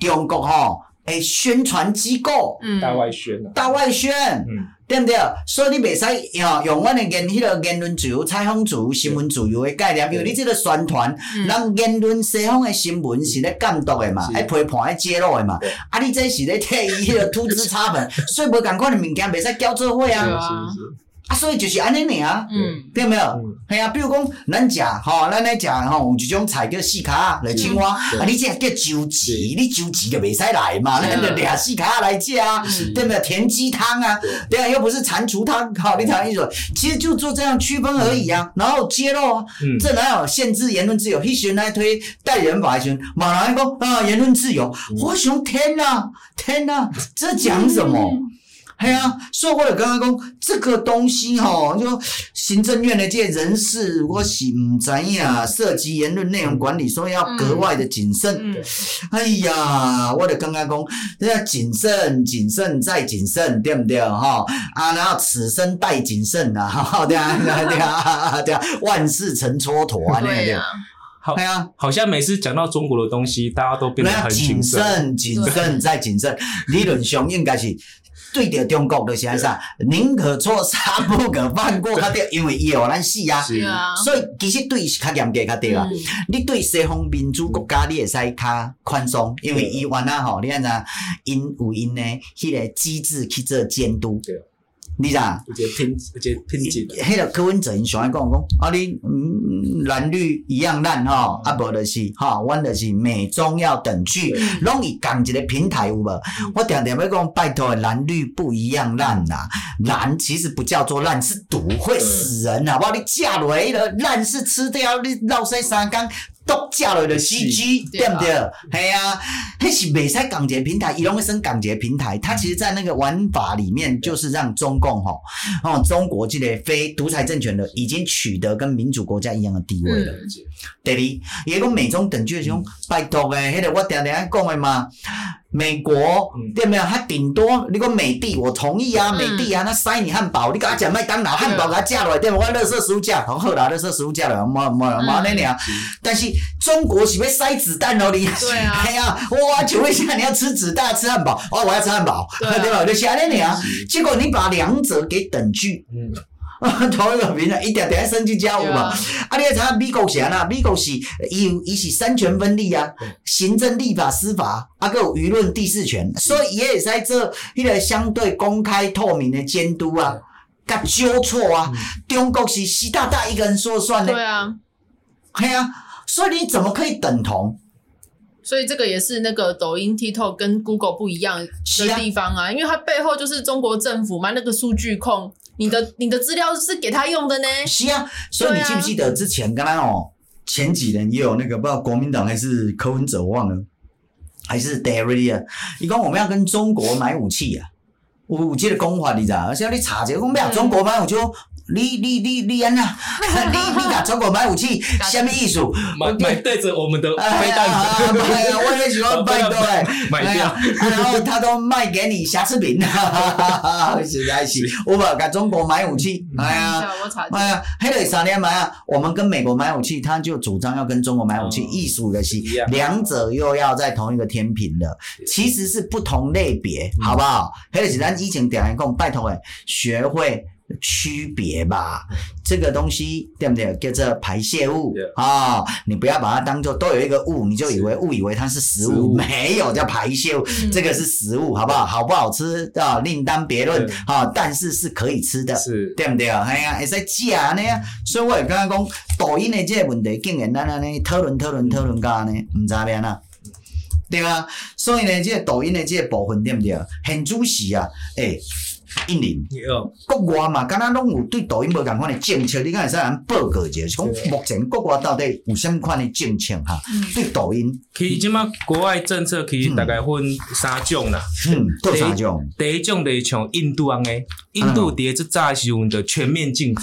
Speaker 1: 中国吼、诶宣传机构。
Speaker 3: 嗯，
Speaker 2: 大外宣啊，
Speaker 1: 大外宣，
Speaker 2: 嗯，
Speaker 1: 对不对？所以你袂使吼用阮的言迄个言论自由、采访自由、新闻自由的概念，因为你即个宣传，
Speaker 3: 嗯
Speaker 1: 咱言论西方的新闻是咧监督的嘛，
Speaker 2: 是
Speaker 1: 爱批判、爱揭露的嘛
Speaker 2: 对。
Speaker 1: 啊，你这是咧替伊迄个突资插 粉，所以无共款的物件袂使搅做伙
Speaker 2: 是
Speaker 1: 啊。
Speaker 2: 是是，
Speaker 1: 啊，所以就是安尼尔啊，
Speaker 3: 嗯
Speaker 1: 对没有？
Speaker 2: 嗯，
Speaker 1: 系啊，比如讲，咱食吼，咱咧食吼，有一种菜叫四卡来青蛙，
Speaker 2: 嗯
Speaker 1: 啊，你这叫酒鸡，
Speaker 2: 是
Speaker 1: 你酒鸡就袂使来嘛，
Speaker 3: 是啊
Speaker 1: 咱就掠四卡来食啊。
Speaker 3: 嗯
Speaker 1: 对不对？甜鸡汤啊，
Speaker 2: 对
Speaker 1: 对啊，又不是蟾蜍汤，好，你讲一种，其实就做这样区分而已啊。然后揭露啊，
Speaker 2: 嗯，
Speaker 1: 这哪有限制言论自由？一群来推代言法，一群马来讲啊，言论自由，我想天哪，天哪，啊这讲什么？嘿啊，所以我就刚刚讲这个东西吼，就行政院的这些人士，我是唔知呀，涉及言论内容管理，所以要格外的谨慎。
Speaker 3: 嗯，
Speaker 1: 哎呀，我就刚刚讲，这要谨慎、谨慎再谨慎，对不对？哈啊，然后此生待谨慎啊， 哈，对啊，对啊，对啊， 对啊，万事成蹉跎啊，那个
Speaker 3: 对
Speaker 1: 对
Speaker 3: 啊
Speaker 1: 啊，，对啊，
Speaker 2: 好像每次讲到中国的东西，大家都变得
Speaker 1: 那要
Speaker 2: 很
Speaker 1: 谨
Speaker 2: 谨慎，
Speaker 1: 慎、谨慎再谨慎，理论上应该是。对着中国就是安啥，宁可错杀不可放过，较对，因为伊会互咱死啊。
Speaker 2: 是
Speaker 3: 对啊，
Speaker 1: 所以其实对伊是较严格较对啊。
Speaker 3: 嗯
Speaker 1: 你对西方民主国家，你会使较宽松，因为伊原啊吼，你安怎因有因诶迄个机制去做监督
Speaker 2: 对，
Speaker 1: 你知影？
Speaker 2: 而且拼，而且拼紧的，
Speaker 1: 迄个柯文哲因上爱讲讲，啊你嗯蓝绿一样烂吼，啊无就是吼，阮就是美中要等距
Speaker 2: 对，
Speaker 1: 拢以共一个平台有无？我常常要讲，拜托蓝绿不一样烂啦，蓝其实不叫做烂，是毒会死人好不好？你嫁落来了，烂是吃掉，你落西三工。毒嫁落就死机，
Speaker 3: 对
Speaker 1: 对
Speaker 3: 啊
Speaker 1: 不对？系啊，迄是袂使港一个平台，伊拢会升港一个平台。它其实，在那个玩法里面，就是让中共吼，哦，中国这个非独裁政权的已经取得跟民主国家一样的地位了。
Speaker 3: 嗯
Speaker 1: 第二，伊讲美中等距是讲拜托诶，迄、个我常常讲诶嘛。美国、
Speaker 2: 嗯
Speaker 1: 对没有？他顶多你讲美帝，我同意啊，
Speaker 3: 嗯
Speaker 1: 美帝啊，那塞你汉堡，你给他讲麦当劳汉堡给他架落来，对不？我垃圾食物架，好好啦，垃圾食物架落来，冇冇冇那俩。但是中国是要塞子弹哦，你
Speaker 3: 对啊
Speaker 1: 哎呀，哇，请问一下，你要吃子弹吃汉堡？哦，我要吃汉堡，
Speaker 3: 对啊
Speaker 1: 对吧？就是安尼俩。结果你把两者给等距，
Speaker 2: 嗯，
Speaker 1: 同一个名啊人一点点升级加五
Speaker 3: 对
Speaker 1: 嘛
Speaker 3: 啊。
Speaker 1: 啊，你要查美国是安那？美国是伊有伊是三权分立啊
Speaker 2: 对，
Speaker 1: 行政、立法、司法，啊，还有舆论第四权，所以伊也在这迄个相对公开透明的监督啊。甲纠错啊！中国是习大大一个人说了算的
Speaker 3: 对，啊，
Speaker 1: 嘿啊！所以你怎么可以等同？
Speaker 3: 所以这个也是那个抖音、TikTok 跟 Google 不一样
Speaker 1: 是
Speaker 3: 的
Speaker 1: 啊
Speaker 3: 地方啊，因为它背后就是中国政府嘛，那个数据控，你的你的资料是给他用的呢。
Speaker 1: 是啊，所以你
Speaker 3: 对啊
Speaker 1: 记不记得之前刚刚哦，前几年也有那个不知道国民党还是柯文哲我忘了，还是 Derry 啊，伊讲我们要跟中国买武器啊，有有这个讲法你知道？而且你查者讲咩中国买武器，你你你你安 那，你你甲中国买武器，什么意思？
Speaker 2: 买买对着我们的
Speaker 1: 哎
Speaker 2: 飞
Speaker 1: 呀，
Speaker 2: 弹，
Speaker 1: 哎呀我也喜 欢拜托哎。
Speaker 2: 买
Speaker 1: 哎呀
Speaker 2: 掉，
Speaker 1: 啊然后他都卖给你瑕疵品，实在是，我把给中国买武器，哎呀，
Speaker 3: 等一下我查一下
Speaker 1: 哎呀，黑的三年买啊，我们跟美国买武器，他就主张要跟中国买武器，
Speaker 2: 嗯
Speaker 1: 艺术的哦是
Speaker 2: 一样
Speaker 1: 两者又要在同一个天平的，其实是嗯不同类别，好不好？黑的是咱以前点来讲，拜托哎，学会。区别吧，这个东西对不对？叫做排泄物
Speaker 2: Yeah
Speaker 1: 啊、你不要把它当做都有一个物，你就以为误以为它是食
Speaker 2: 食
Speaker 1: 物，
Speaker 2: 物
Speaker 1: 没有叫排泄物，
Speaker 3: 嗯
Speaker 1: 这个是食物，好不好？好不好吃啊，另当别论
Speaker 2: 对
Speaker 1: 啊，但是是可以吃的，
Speaker 2: 是
Speaker 1: 对不对？系啊，会使食安尼啊，所以我会感觉讲抖音的这个问题，竟然咱安尼讨论讨论讨论到安尼，毋知变啊。对啊，所以呢，这个抖音的这个部分对不对？很主席啊，诶、印尼
Speaker 2: 你哦，
Speaker 1: 国外嘛，敢若拢有对抖音无共款的政策，你敢会使咱报告一下，就是
Speaker 2: 对
Speaker 1: 讲目前国外到底有什么款的政策哈、
Speaker 3: 嗯
Speaker 1: 对抖音，
Speaker 2: 其实即马国外政策其实大概分三种啦。
Speaker 1: 嗯，做啥种？
Speaker 2: 第一种就是像印度安尼，印度伫即早的时阵就全面禁止，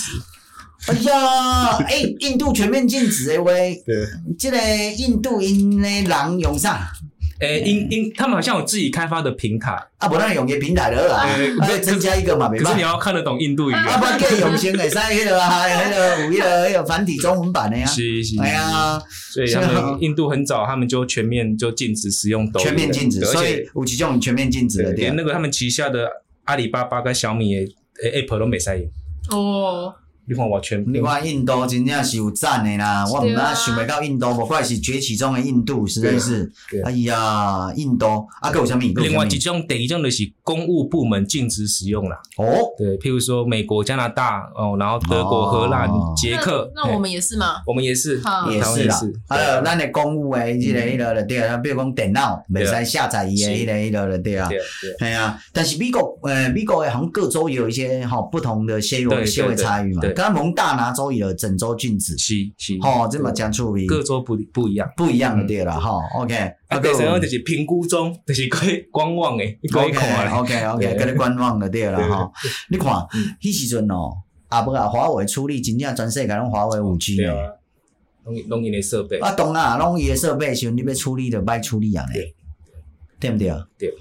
Speaker 1: 哎呀，诶、印度全面禁止诶喂，
Speaker 2: 对，
Speaker 1: 即、个印度因诶人用啥？
Speaker 2: 诶，因因他们好像有自己开发的平台，
Speaker 1: 啊，无咱用个平台就好啊，
Speaker 2: 对
Speaker 1: 啊，增加一个嘛，袂
Speaker 2: 哎可是
Speaker 1: 歹。
Speaker 2: 你要看得懂印度语
Speaker 1: 啊，
Speaker 2: 言，
Speaker 1: 不然叫用先 会使迄个啊，迄个有迄个迄个繁体中文版的啊，
Speaker 2: 是是，
Speaker 1: 哎呀，
Speaker 2: 所以他们印度很早，他们就全面就禁止使用抖
Speaker 1: 啊
Speaker 2: 音了，
Speaker 1: 全面禁止，
Speaker 2: 对
Speaker 1: 所
Speaker 2: 而
Speaker 1: 以
Speaker 2: 且
Speaker 1: 有一种全面禁止的
Speaker 2: 对
Speaker 1: 对啊
Speaker 2: 连。那个他们旗下的阿里巴巴跟小米的诶 App 都没塞用，
Speaker 3: 哦，
Speaker 2: 你看我全
Speaker 1: 你看印度真正是有赞的啦，我毋
Speaker 3: 对啊
Speaker 1: 敢想袂到印度，无怪是崛起中的印度，实在是
Speaker 2: 对，啊
Speaker 1: 哎呀，印度啊，还有啥物？还有啥物
Speaker 2: 另外一种，第一种就是公务部门禁止使用啦，
Speaker 1: 哦，
Speaker 2: 对，譬如说美国、加拿大哦，然后德国、
Speaker 1: 哦
Speaker 2: 荷兰、捷克，
Speaker 3: 那那我们也是吗？
Speaker 2: 我们啊也是，
Speaker 3: 好
Speaker 1: 也
Speaker 2: 台湾
Speaker 1: 是啦
Speaker 2: 是，啊
Speaker 1: 还有咱的公务诶，迄个迄个就对啊，比如讲电脑袂使下载伊诶，迄个迄个就对啊。
Speaker 2: 啊对对
Speaker 1: 哎呀，但是美国，呃，美国好像各州也有一些哈、不同的些
Speaker 2: 对
Speaker 1: 有
Speaker 2: 对
Speaker 1: 些微差异嘛
Speaker 2: 对。
Speaker 1: 刚刚蒙大拿州也有整州禁止，
Speaker 2: 是是，
Speaker 1: 吼、哦这么讲出名
Speaker 2: 各州不不一样。
Speaker 1: 不一样的对了哈、OK，
Speaker 2: 啊，第三种就是评估中，就是可以观望诶，你可以
Speaker 1: OK
Speaker 2: 看诶。
Speaker 1: OK OK，
Speaker 2: 对
Speaker 1: 跟你观望就对了
Speaker 2: 对对
Speaker 1: 哈。你看，迄时阵哦，啊不啊，华为处理真正全世界拢华为五 G
Speaker 2: 对
Speaker 1: 呢。
Speaker 2: 啊，拢拢因诶设备，
Speaker 1: 啊，当然，拢伊的设备的时阵，你要处理就歹处理啊呢
Speaker 2: 对，
Speaker 1: 对不对？
Speaker 2: 对，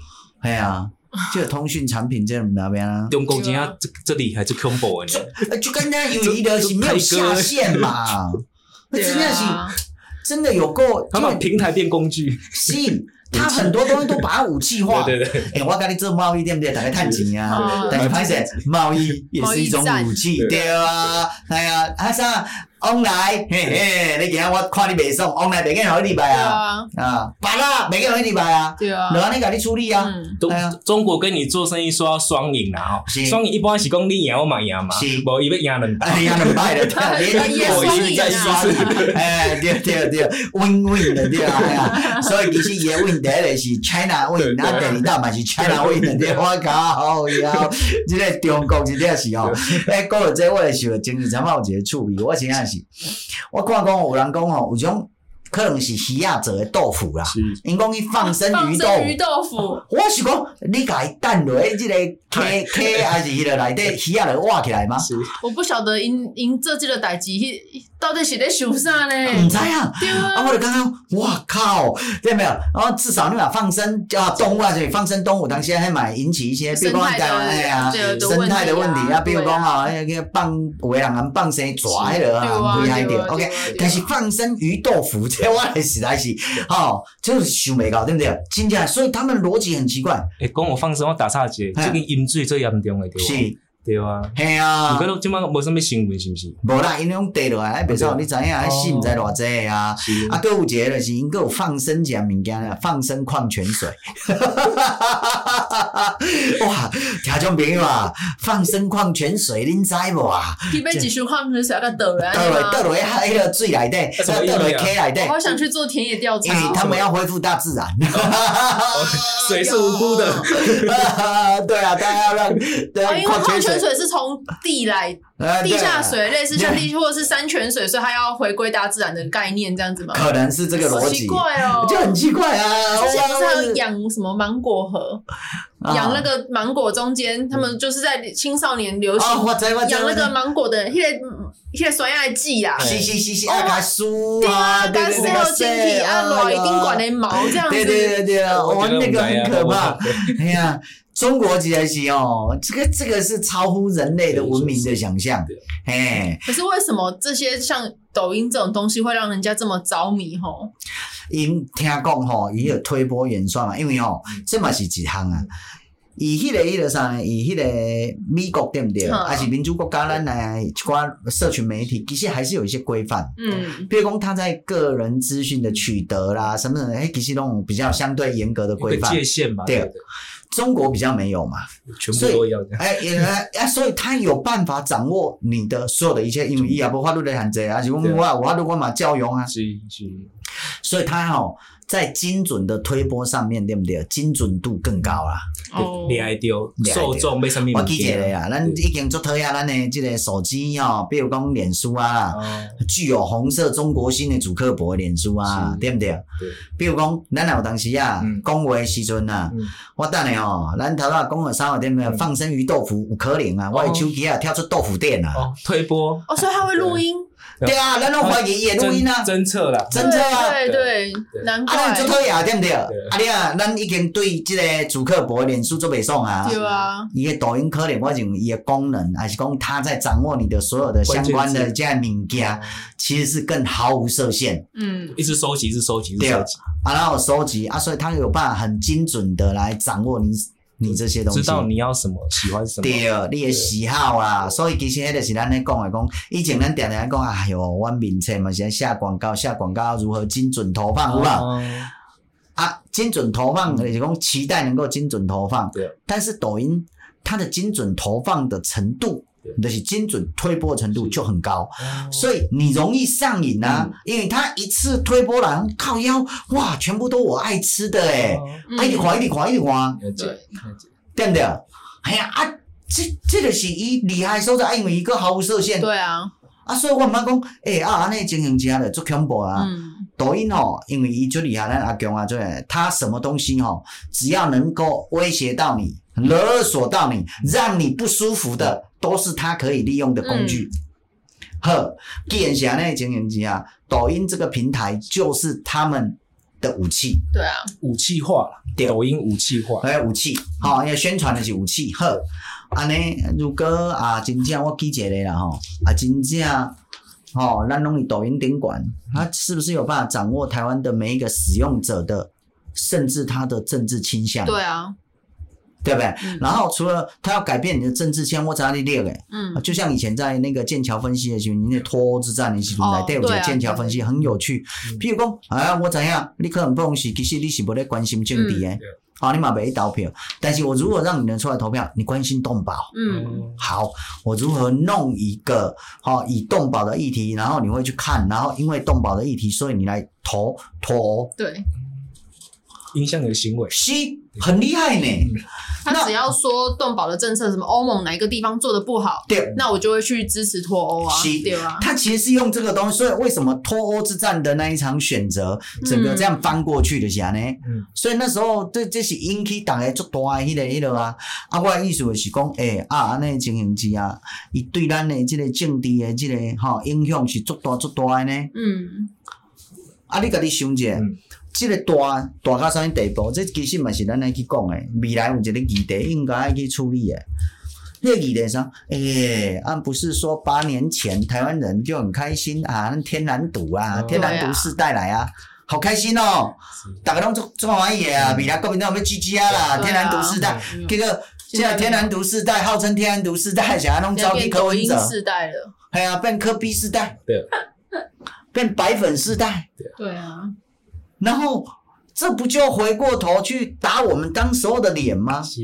Speaker 1: 系啊，这个通讯产品这毋知边啊。
Speaker 2: 中国真正这这厉害，这恐怖诶。
Speaker 1: 呃，就跟他有一的是没有下限嘛，那
Speaker 3: 对
Speaker 1: 真的是
Speaker 3: 啊，
Speaker 1: 真的有够，
Speaker 2: 他把
Speaker 1: 因为
Speaker 2: 平台变工具，
Speaker 1: 是他很多东西都把它武器化。
Speaker 2: 对对对，
Speaker 1: 哎，我跟你做贸易对不对？大家探钱啊。
Speaker 3: 哦
Speaker 1: 但是拍摄贸易也是一种武器
Speaker 2: 贸易战，
Speaker 1: 对啊，哎呀，啊啥，online，嘿嘿，你今仔我看你袂爽，online 袂瘾互你礼拜
Speaker 3: 对
Speaker 1: 啊，
Speaker 3: 啊，
Speaker 1: 啊，白啦，袂瘾互你礼拜啊，
Speaker 3: 对
Speaker 1: 就
Speaker 3: 啊，
Speaker 1: 安尼甲你处理啊，
Speaker 3: 嗯，
Speaker 2: 中
Speaker 1: 哎呀
Speaker 2: 中国跟你做生意说要双赢啦吼，
Speaker 1: 是
Speaker 2: 双赢一般是讲你赢我嘛赢嘛
Speaker 1: 是，
Speaker 2: 无伊要赢两
Speaker 1: 哎呀，两摆了，对啊连 英国也是在刷
Speaker 2: 啊
Speaker 1: 你，哎，对对对，win win 的对啊，哎呀，所以其实也 win 第一个是 China
Speaker 2: 对
Speaker 1: win，
Speaker 2: 对
Speaker 1: 啊第二道嘛是 China win 的对，我靠，好呀，这个中国真正是哦，哎，讲到这我也想，真是咱有一个趣味，我真正是，我看讲有人讲吼，有种可能是鱼仔做的豆腐啦，
Speaker 2: 是
Speaker 1: 因讲伊放生
Speaker 3: 放
Speaker 1: 鱼豆
Speaker 3: 生鱼豆腐，
Speaker 1: 我是讲，你甲伊等落去，即个溪溪还是迄个内底鱼仔来挖起来吗？
Speaker 2: 是，
Speaker 3: 我不晓得因因做这个代志，迄到底是咧想 啥
Speaker 1: 毋
Speaker 3: 呢？
Speaker 1: 知啊。
Speaker 3: 对
Speaker 1: 啊，
Speaker 3: 啊，
Speaker 1: 我就刚刚，哇靠，对没有？然后至少你把放生啊动物啊，所以放生动物，当时还买引起一些，比如
Speaker 3: 生
Speaker 1: 讲
Speaker 3: 态
Speaker 1: 台湾哎呀
Speaker 3: 的，啊对的
Speaker 1: 生态的问题啊，比如讲
Speaker 3: 对
Speaker 1: 啊，那个放有的人人放生蛇迄个啊，
Speaker 3: 啊
Speaker 1: 厉害
Speaker 3: 对
Speaker 1: 点
Speaker 3: 啊对
Speaker 1: ，OK
Speaker 3: 啊。对啊
Speaker 1: 但是放生鱼豆腐，这我来实在是，
Speaker 3: 啊
Speaker 1: 哦，就是想袂到，对不对？真正，所以他们逻辑很奇怪，
Speaker 2: 诶，哎讲我放生我打岔者，
Speaker 1: 哎
Speaker 2: 最近饮水最严重诶对
Speaker 1: 是
Speaker 2: 吧？，对啊，
Speaker 1: 嘿
Speaker 2: 不
Speaker 1: 啊
Speaker 2: 过，即摆无啥物新闻是毋是？
Speaker 1: 无啦，因为拢跌落来，袂
Speaker 3: 啊
Speaker 1: 少，你知影，迄死毋知偌济的
Speaker 3: 哦
Speaker 1: 啊。
Speaker 2: 是
Speaker 1: 啊，搁有一个就是因搁有放生一项物件啦，放生矿泉水。哇，听众朋友啊，放生矿泉水恁知无啊？
Speaker 3: 去买一箱矿泉水甲倒来
Speaker 1: 倒落倒
Speaker 3: 啊！
Speaker 1: 落迄个水内底，
Speaker 2: 什么意思啊
Speaker 1: 倒落溪内底
Speaker 3: 我，好想去做田野调
Speaker 1: 因
Speaker 3: 查
Speaker 1: 为哎
Speaker 3: 哦，
Speaker 1: 他们要恢复大自然。啊
Speaker 2: 水是无辜的，
Speaker 1: 对啊，当然要让
Speaker 3: 哦
Speaker 1: 对
Speaker 3: 因为矿
Speaker 1: 矿泉
Speaker 3: 泉
Speaker 1: 水
Speaker 3: 水是从地来
Speaker 1: 呃
Speaker 3: 地下。
Speaker 1: 对啊
Speaker 3: 水，类似像地或者是山泉水，所以它要回归大自然的概念，这样子吗？
Speaker 1: 可能是这个
Speaker 3: 好
Speaker 1: 逻
Speaker 3: 奇
Speaker 1: 辑，
Speaker 3: 怪哦，
Speaker 1: 就很奇怪啊！
Speaker 3: 之前不是还有
Speaker 1: 我
Speaker 3: 养什么芒果核，
Speaker 1: 啊嗯
Speaker 3: 养那个芒果中间，他们就是在青少年流行
Speaker 1: 哦，我知我知，
Speaker 3: 养那
Speaker 1: 我知
Speaker 3: 个芒果的，迄个迄个酸爱剂啦，
Speaker 1: 是是是是，
Speaker 3: 哦
Speaker 1: 啊，甲输啊，对
Speaker 3: 甲
Speaker 1: 对
Speaker 3: 洗
Speaker 1: 对，
Speaker 3: 好身体啊，落一定管
Speaker 1: 的，
Speaker 3: 的毛这样
Speaker 1: 哎对对对
Speaker 3: 子，
Speaker 1: 对啊，
Speaker 2: 我
Speaker 1: 我
Speaker 2: 觉得
Speaker 1: 那个
Speaker 2: 我们来啊
Speaker 1: 很可怕
Speaker 2: 我们，
Speaker 1: 哎呀，中国实在是哦，这个这个是超乎人类的文明的想象
Speaker 2: 对，
Speaker 1: 哎，
Speaker 3: 可是为什么这些像抖音这种东西会让人家这么着迷？吼，
Speaker 1: 因听讲吼，伊有推波演算嘛，因为吼，这嘛是一项啊。伊迄、个、迄、个啥呢？伊迄个美国对不对？
Speaker 3: 嗯
Speaker 1: 还是民主国家咱来一寡社群媒体，其实还是有一些规范。
Speaker 3: 嗯，
Speaker 1: 比如讲，他在个人资讯的取得啦，什么什么，哎，其实那种比较相对严格的
Speaker 2: 有个
Speaker 1: 规范
Speaker 2: 界，限吧，
Speaker 1: 对
Speaker 2: 对对，
Speaker 1: 中国比较没 有嘛。
Speaker 2: 全部都要这样。
Speaker 1: 哎，也哎哎，所以他有办法掌握你的所有的一切，因为伊也无法律的限制啊，还是讲
Speaker 2: 对
Speaker 1: 我我法律我嘛教养啊，
Speaker 2: 是是，
Speaker 1: 所以他吼、在精准的推波上面，对不对？精准度更高啦。
Speaker 3: 哦，
Speaker 2: 你爱丢
Speaker 1: 你爱
Speaker 2: 受
Speaker 1: 丢
Speaker 2: 众被生命
Speaker 1: 我记一个
Speaker 2: 了
Speaker 1: 啦，咱已经做讨厌咱的这个手机吼、比如讲脸书啊，
Speaker 2: 哦，
Speaker 1: 具有红色中国心的主刻薄的脸书啊
Speaker 2: 是，
Speaker 1: 对不对？
Speaker 2: 对，
Speaker 1: 比如讲，咱若有当时啊
Speaker 2: 嗯，
Speaker 1: 讲话的时阵啊
Speaker 2: 嗯，
Speaker 1: 我等下吼，咱头仔讲了三个点没有？
Speaker 2: 嗯
Speaker 1: 放生鱼豆腐有可能啊，我的
Speaker 2: 哦
Speaker 1: 手机啊跳出豆腐店啊。
Speaker 2: 哦，推波
Speaker 3: 哦，所以他会录音，
Speaker 1: 对啊，咱拢怀疑伊的录音啊，
Speaker 2: 侦测啦，
Speaker 1: 侦测啊。
Speaker 3: 对对
Speaker 2: 对
Speaker 3: 对，难
Speaker 1: 啊，咱
Speaker 3: 怪
Speaker 1: 做讨厌对毋对？啊，你啊，咱已经对即个主客博脸书做袂爽啊。
Speaker 3: 对啊，
Speaker 1: 伊的抖音可能我认为伊的功能，还是讲它在掌握你的所有的相关的这样物件，其实是更毫无设限。
Speaker 3: 嗯，
Speaker 4: 一直收集，一直收集，一直
Speaker 1: 对
Speaker 4: 收集，
Speaker 1: 啊，然后收集啊，所以它有办法很精准的来掌握你你这些东西。
Speaker 4: 知道你要什么，喜欢什么。
Speaker 1: 对，啊你的喜好啦，所以其实迄个是咱咧讲诶，讲以前咱定定讲，哎哟，阮面册嘛是咧下广告，下广告如何精准投放，有无？
Speaker 4: 啊，
Speaker 1: 啊，精准投放，也就是讲期待能够精准投放。
Speaker 2: 对。
Speaker 1: 但是抖音它的精准投放的程度
Speaker 2: 对，
Speaker 1: 就是精准推播程度就很
Speaker 4: 哦
Speaker 1: 高，
Speaker 2: 以
Speaker 1: 所以你容易上瘾啊，
Speaker 4: 嗯
Speaker 1: 因为它一次推播栏靠腰，哇，全部都我爱吃的诶、
Speaker 3: 嗯
Speaker 1: 啊一直看一直看一直看，
Speaker 2: 了解
Speaker 3: 对
Speaker 2: 了解，
Speaker 1: 对不对？哎呀啊，这这就是伊厉害的所在，啊因为伊个毫无设限
Speaker 3: 对啊，
Speaker 1: 啊，所以我毋捌讲，诶、啊，安尼情形下了，足恐怖啊。
Speaker 3: 嗯，
Speaker 1: 抖音哦，因为伊就厉害，咱阿强啊，这他什么东西哦，只要能够威胁到你、勒索到你、让你不舒服的，
Speaker 3: 嗯
Speaker 1: 都是他可以利用的工具。呵，既然是安尼情形之下，抖音这个平台就是他们的武器，
Speaker 3: 对啊，
Speaker 4: 武器化啦，
Speaker 1: 对
Speaker 4: 抖音武器化，
Speaker 1: 哎，武器，吼、因为宣传的是武器。呵，安尼如果啊，真正我记一个啦吼，啊，真正。吼，咱拢以抖音顶管，他是不是有办法掌握台湾的每一个使用者的，甚至他的政治倾向，
Speaker 3: 对啊，
Speaker 1: 对不对？
Speaker 3: 嗯
Speaker 1: 然后除了他要改变你的政治倾向，我查你列诶，
Speaker 3: 嗯，
Speaker 1: 啊就像以前在那个剑桥分析的时候，你那脱欧之战的时候，
Speaker 3: 哦
Speaker 1: 内底有一
Speaker 3: 对
Speaker 1: 个
Speaker 3: 啊
Speaker 1: 剑桥分析很有趣
Speaker 2: 嗯。
Speaker 1: 譬如讲，哎，我知影你可能不懂事，其实你是无咧关心政治诶
Speaker 2: 嗯对，
Speaker 1: 好，你嘛袂去投票。但是我如果让你能出来投票，你关心动保，
Speaker 3: 嗯，
Speaker 1: 好，我如何弄一个好、哦、以动保的议题，然后你会去看，然后因为动保的议题，所以你来投脱欧，
Speaker 3: 对
Speaker 4: 影响你的行为。
Speaker 1: 是很厉害呢。
Speaker 3: 嗯
Speaker 1: 那
Speaker 3: 他只要说动保的政策，什么欧盟哪一个地方做的不好，
Speaker 1: 对，
Speaker 3: 那我就会去支持脱欧啊，
Speaker 1: 是
Speaker 3: 对啊，
Speaker 1: 他其实是用这个东西，所以为什么脱欧之战的那一场选择，整个这样翻过去的是安尼
Speaker 2: 嗯。
Speaker 1: 所以那时候这这是引起大家足大的迄个迄落啊。啊，我的意思就是讲，诶、啊，安尼的情形之下，伊对咱的即个政治的即、个吼、影响是足大足大的呢。
Speaker 3: 嗯，
Speaker 1: 啊，你家己想者
Speaker 2: 嗯，
Speaker 1: 即、个大大到啥物地步？这其实嘛是咱来去讲诶，未来有一个议题应该要去处理诶。迄个议题是啥？诶、俺、不是说八年前台湾人就很开心啊，咱天然毒啊，
Speaker 2: 哦
Speaker 1: 天然毒世代来啊。好开心哦！大家拢做做欢喜的啊！未来国民党要 GG 啊啦，
Speaker 3: 嗯对啊
Speaker 1: 天然毒世代，
Speaker 3: 嗯
Speaker 1: 结果现在天然毒世代号称天然毒世代，想要弄
Speaker 3: 要
Speaker 1: 招
Speaker 3: 变
Speaker 1: 去柯
Speaker 3: 抖
Speaker 1: 文
Speaker 3: 音
Speaker 1: 哲，
Speaker 3: 世代了，
Speaker 1: 哎呀，变科比世代，
Speaker 2: 对，
Speaker 4: 啊
Speaker 1: 变白粉世代，
Speaker 3: 对啊，
Speaker 1: 然后这不就回过头去打我们当时候的脸吗？
Speaker 4: 是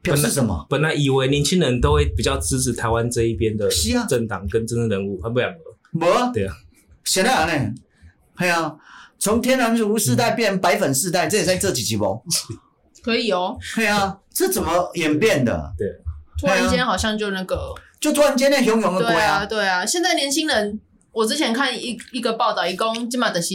Speaker 1: 表示什么？
Speaker 4: 本来以为年轻人都会比较支持台湾这一边的
Speaker 1: 是啊
Speaker 4: 政党跟政治人物，啊不然
Speaker 1: 没啊
Speaker 4: 对啊，
Speaker 1: 显然呢，哎呀，从天然如世代变白粉世代，这也在这几集不？
Speaker 3: 可以哦，
Speaker 1: 对啊，这怎么演变的？
Speaker 3: 突然间好像就那个，
Speaker 1: 就突然间啊那汹涌的
Speaker 3: 对
Speaker 1: 归
Speaker 3: 啊，
Speaker 1: 啊，
Speaker 3: 对啊，现在年轻人。我之前看一一个报道，一共今嘛的是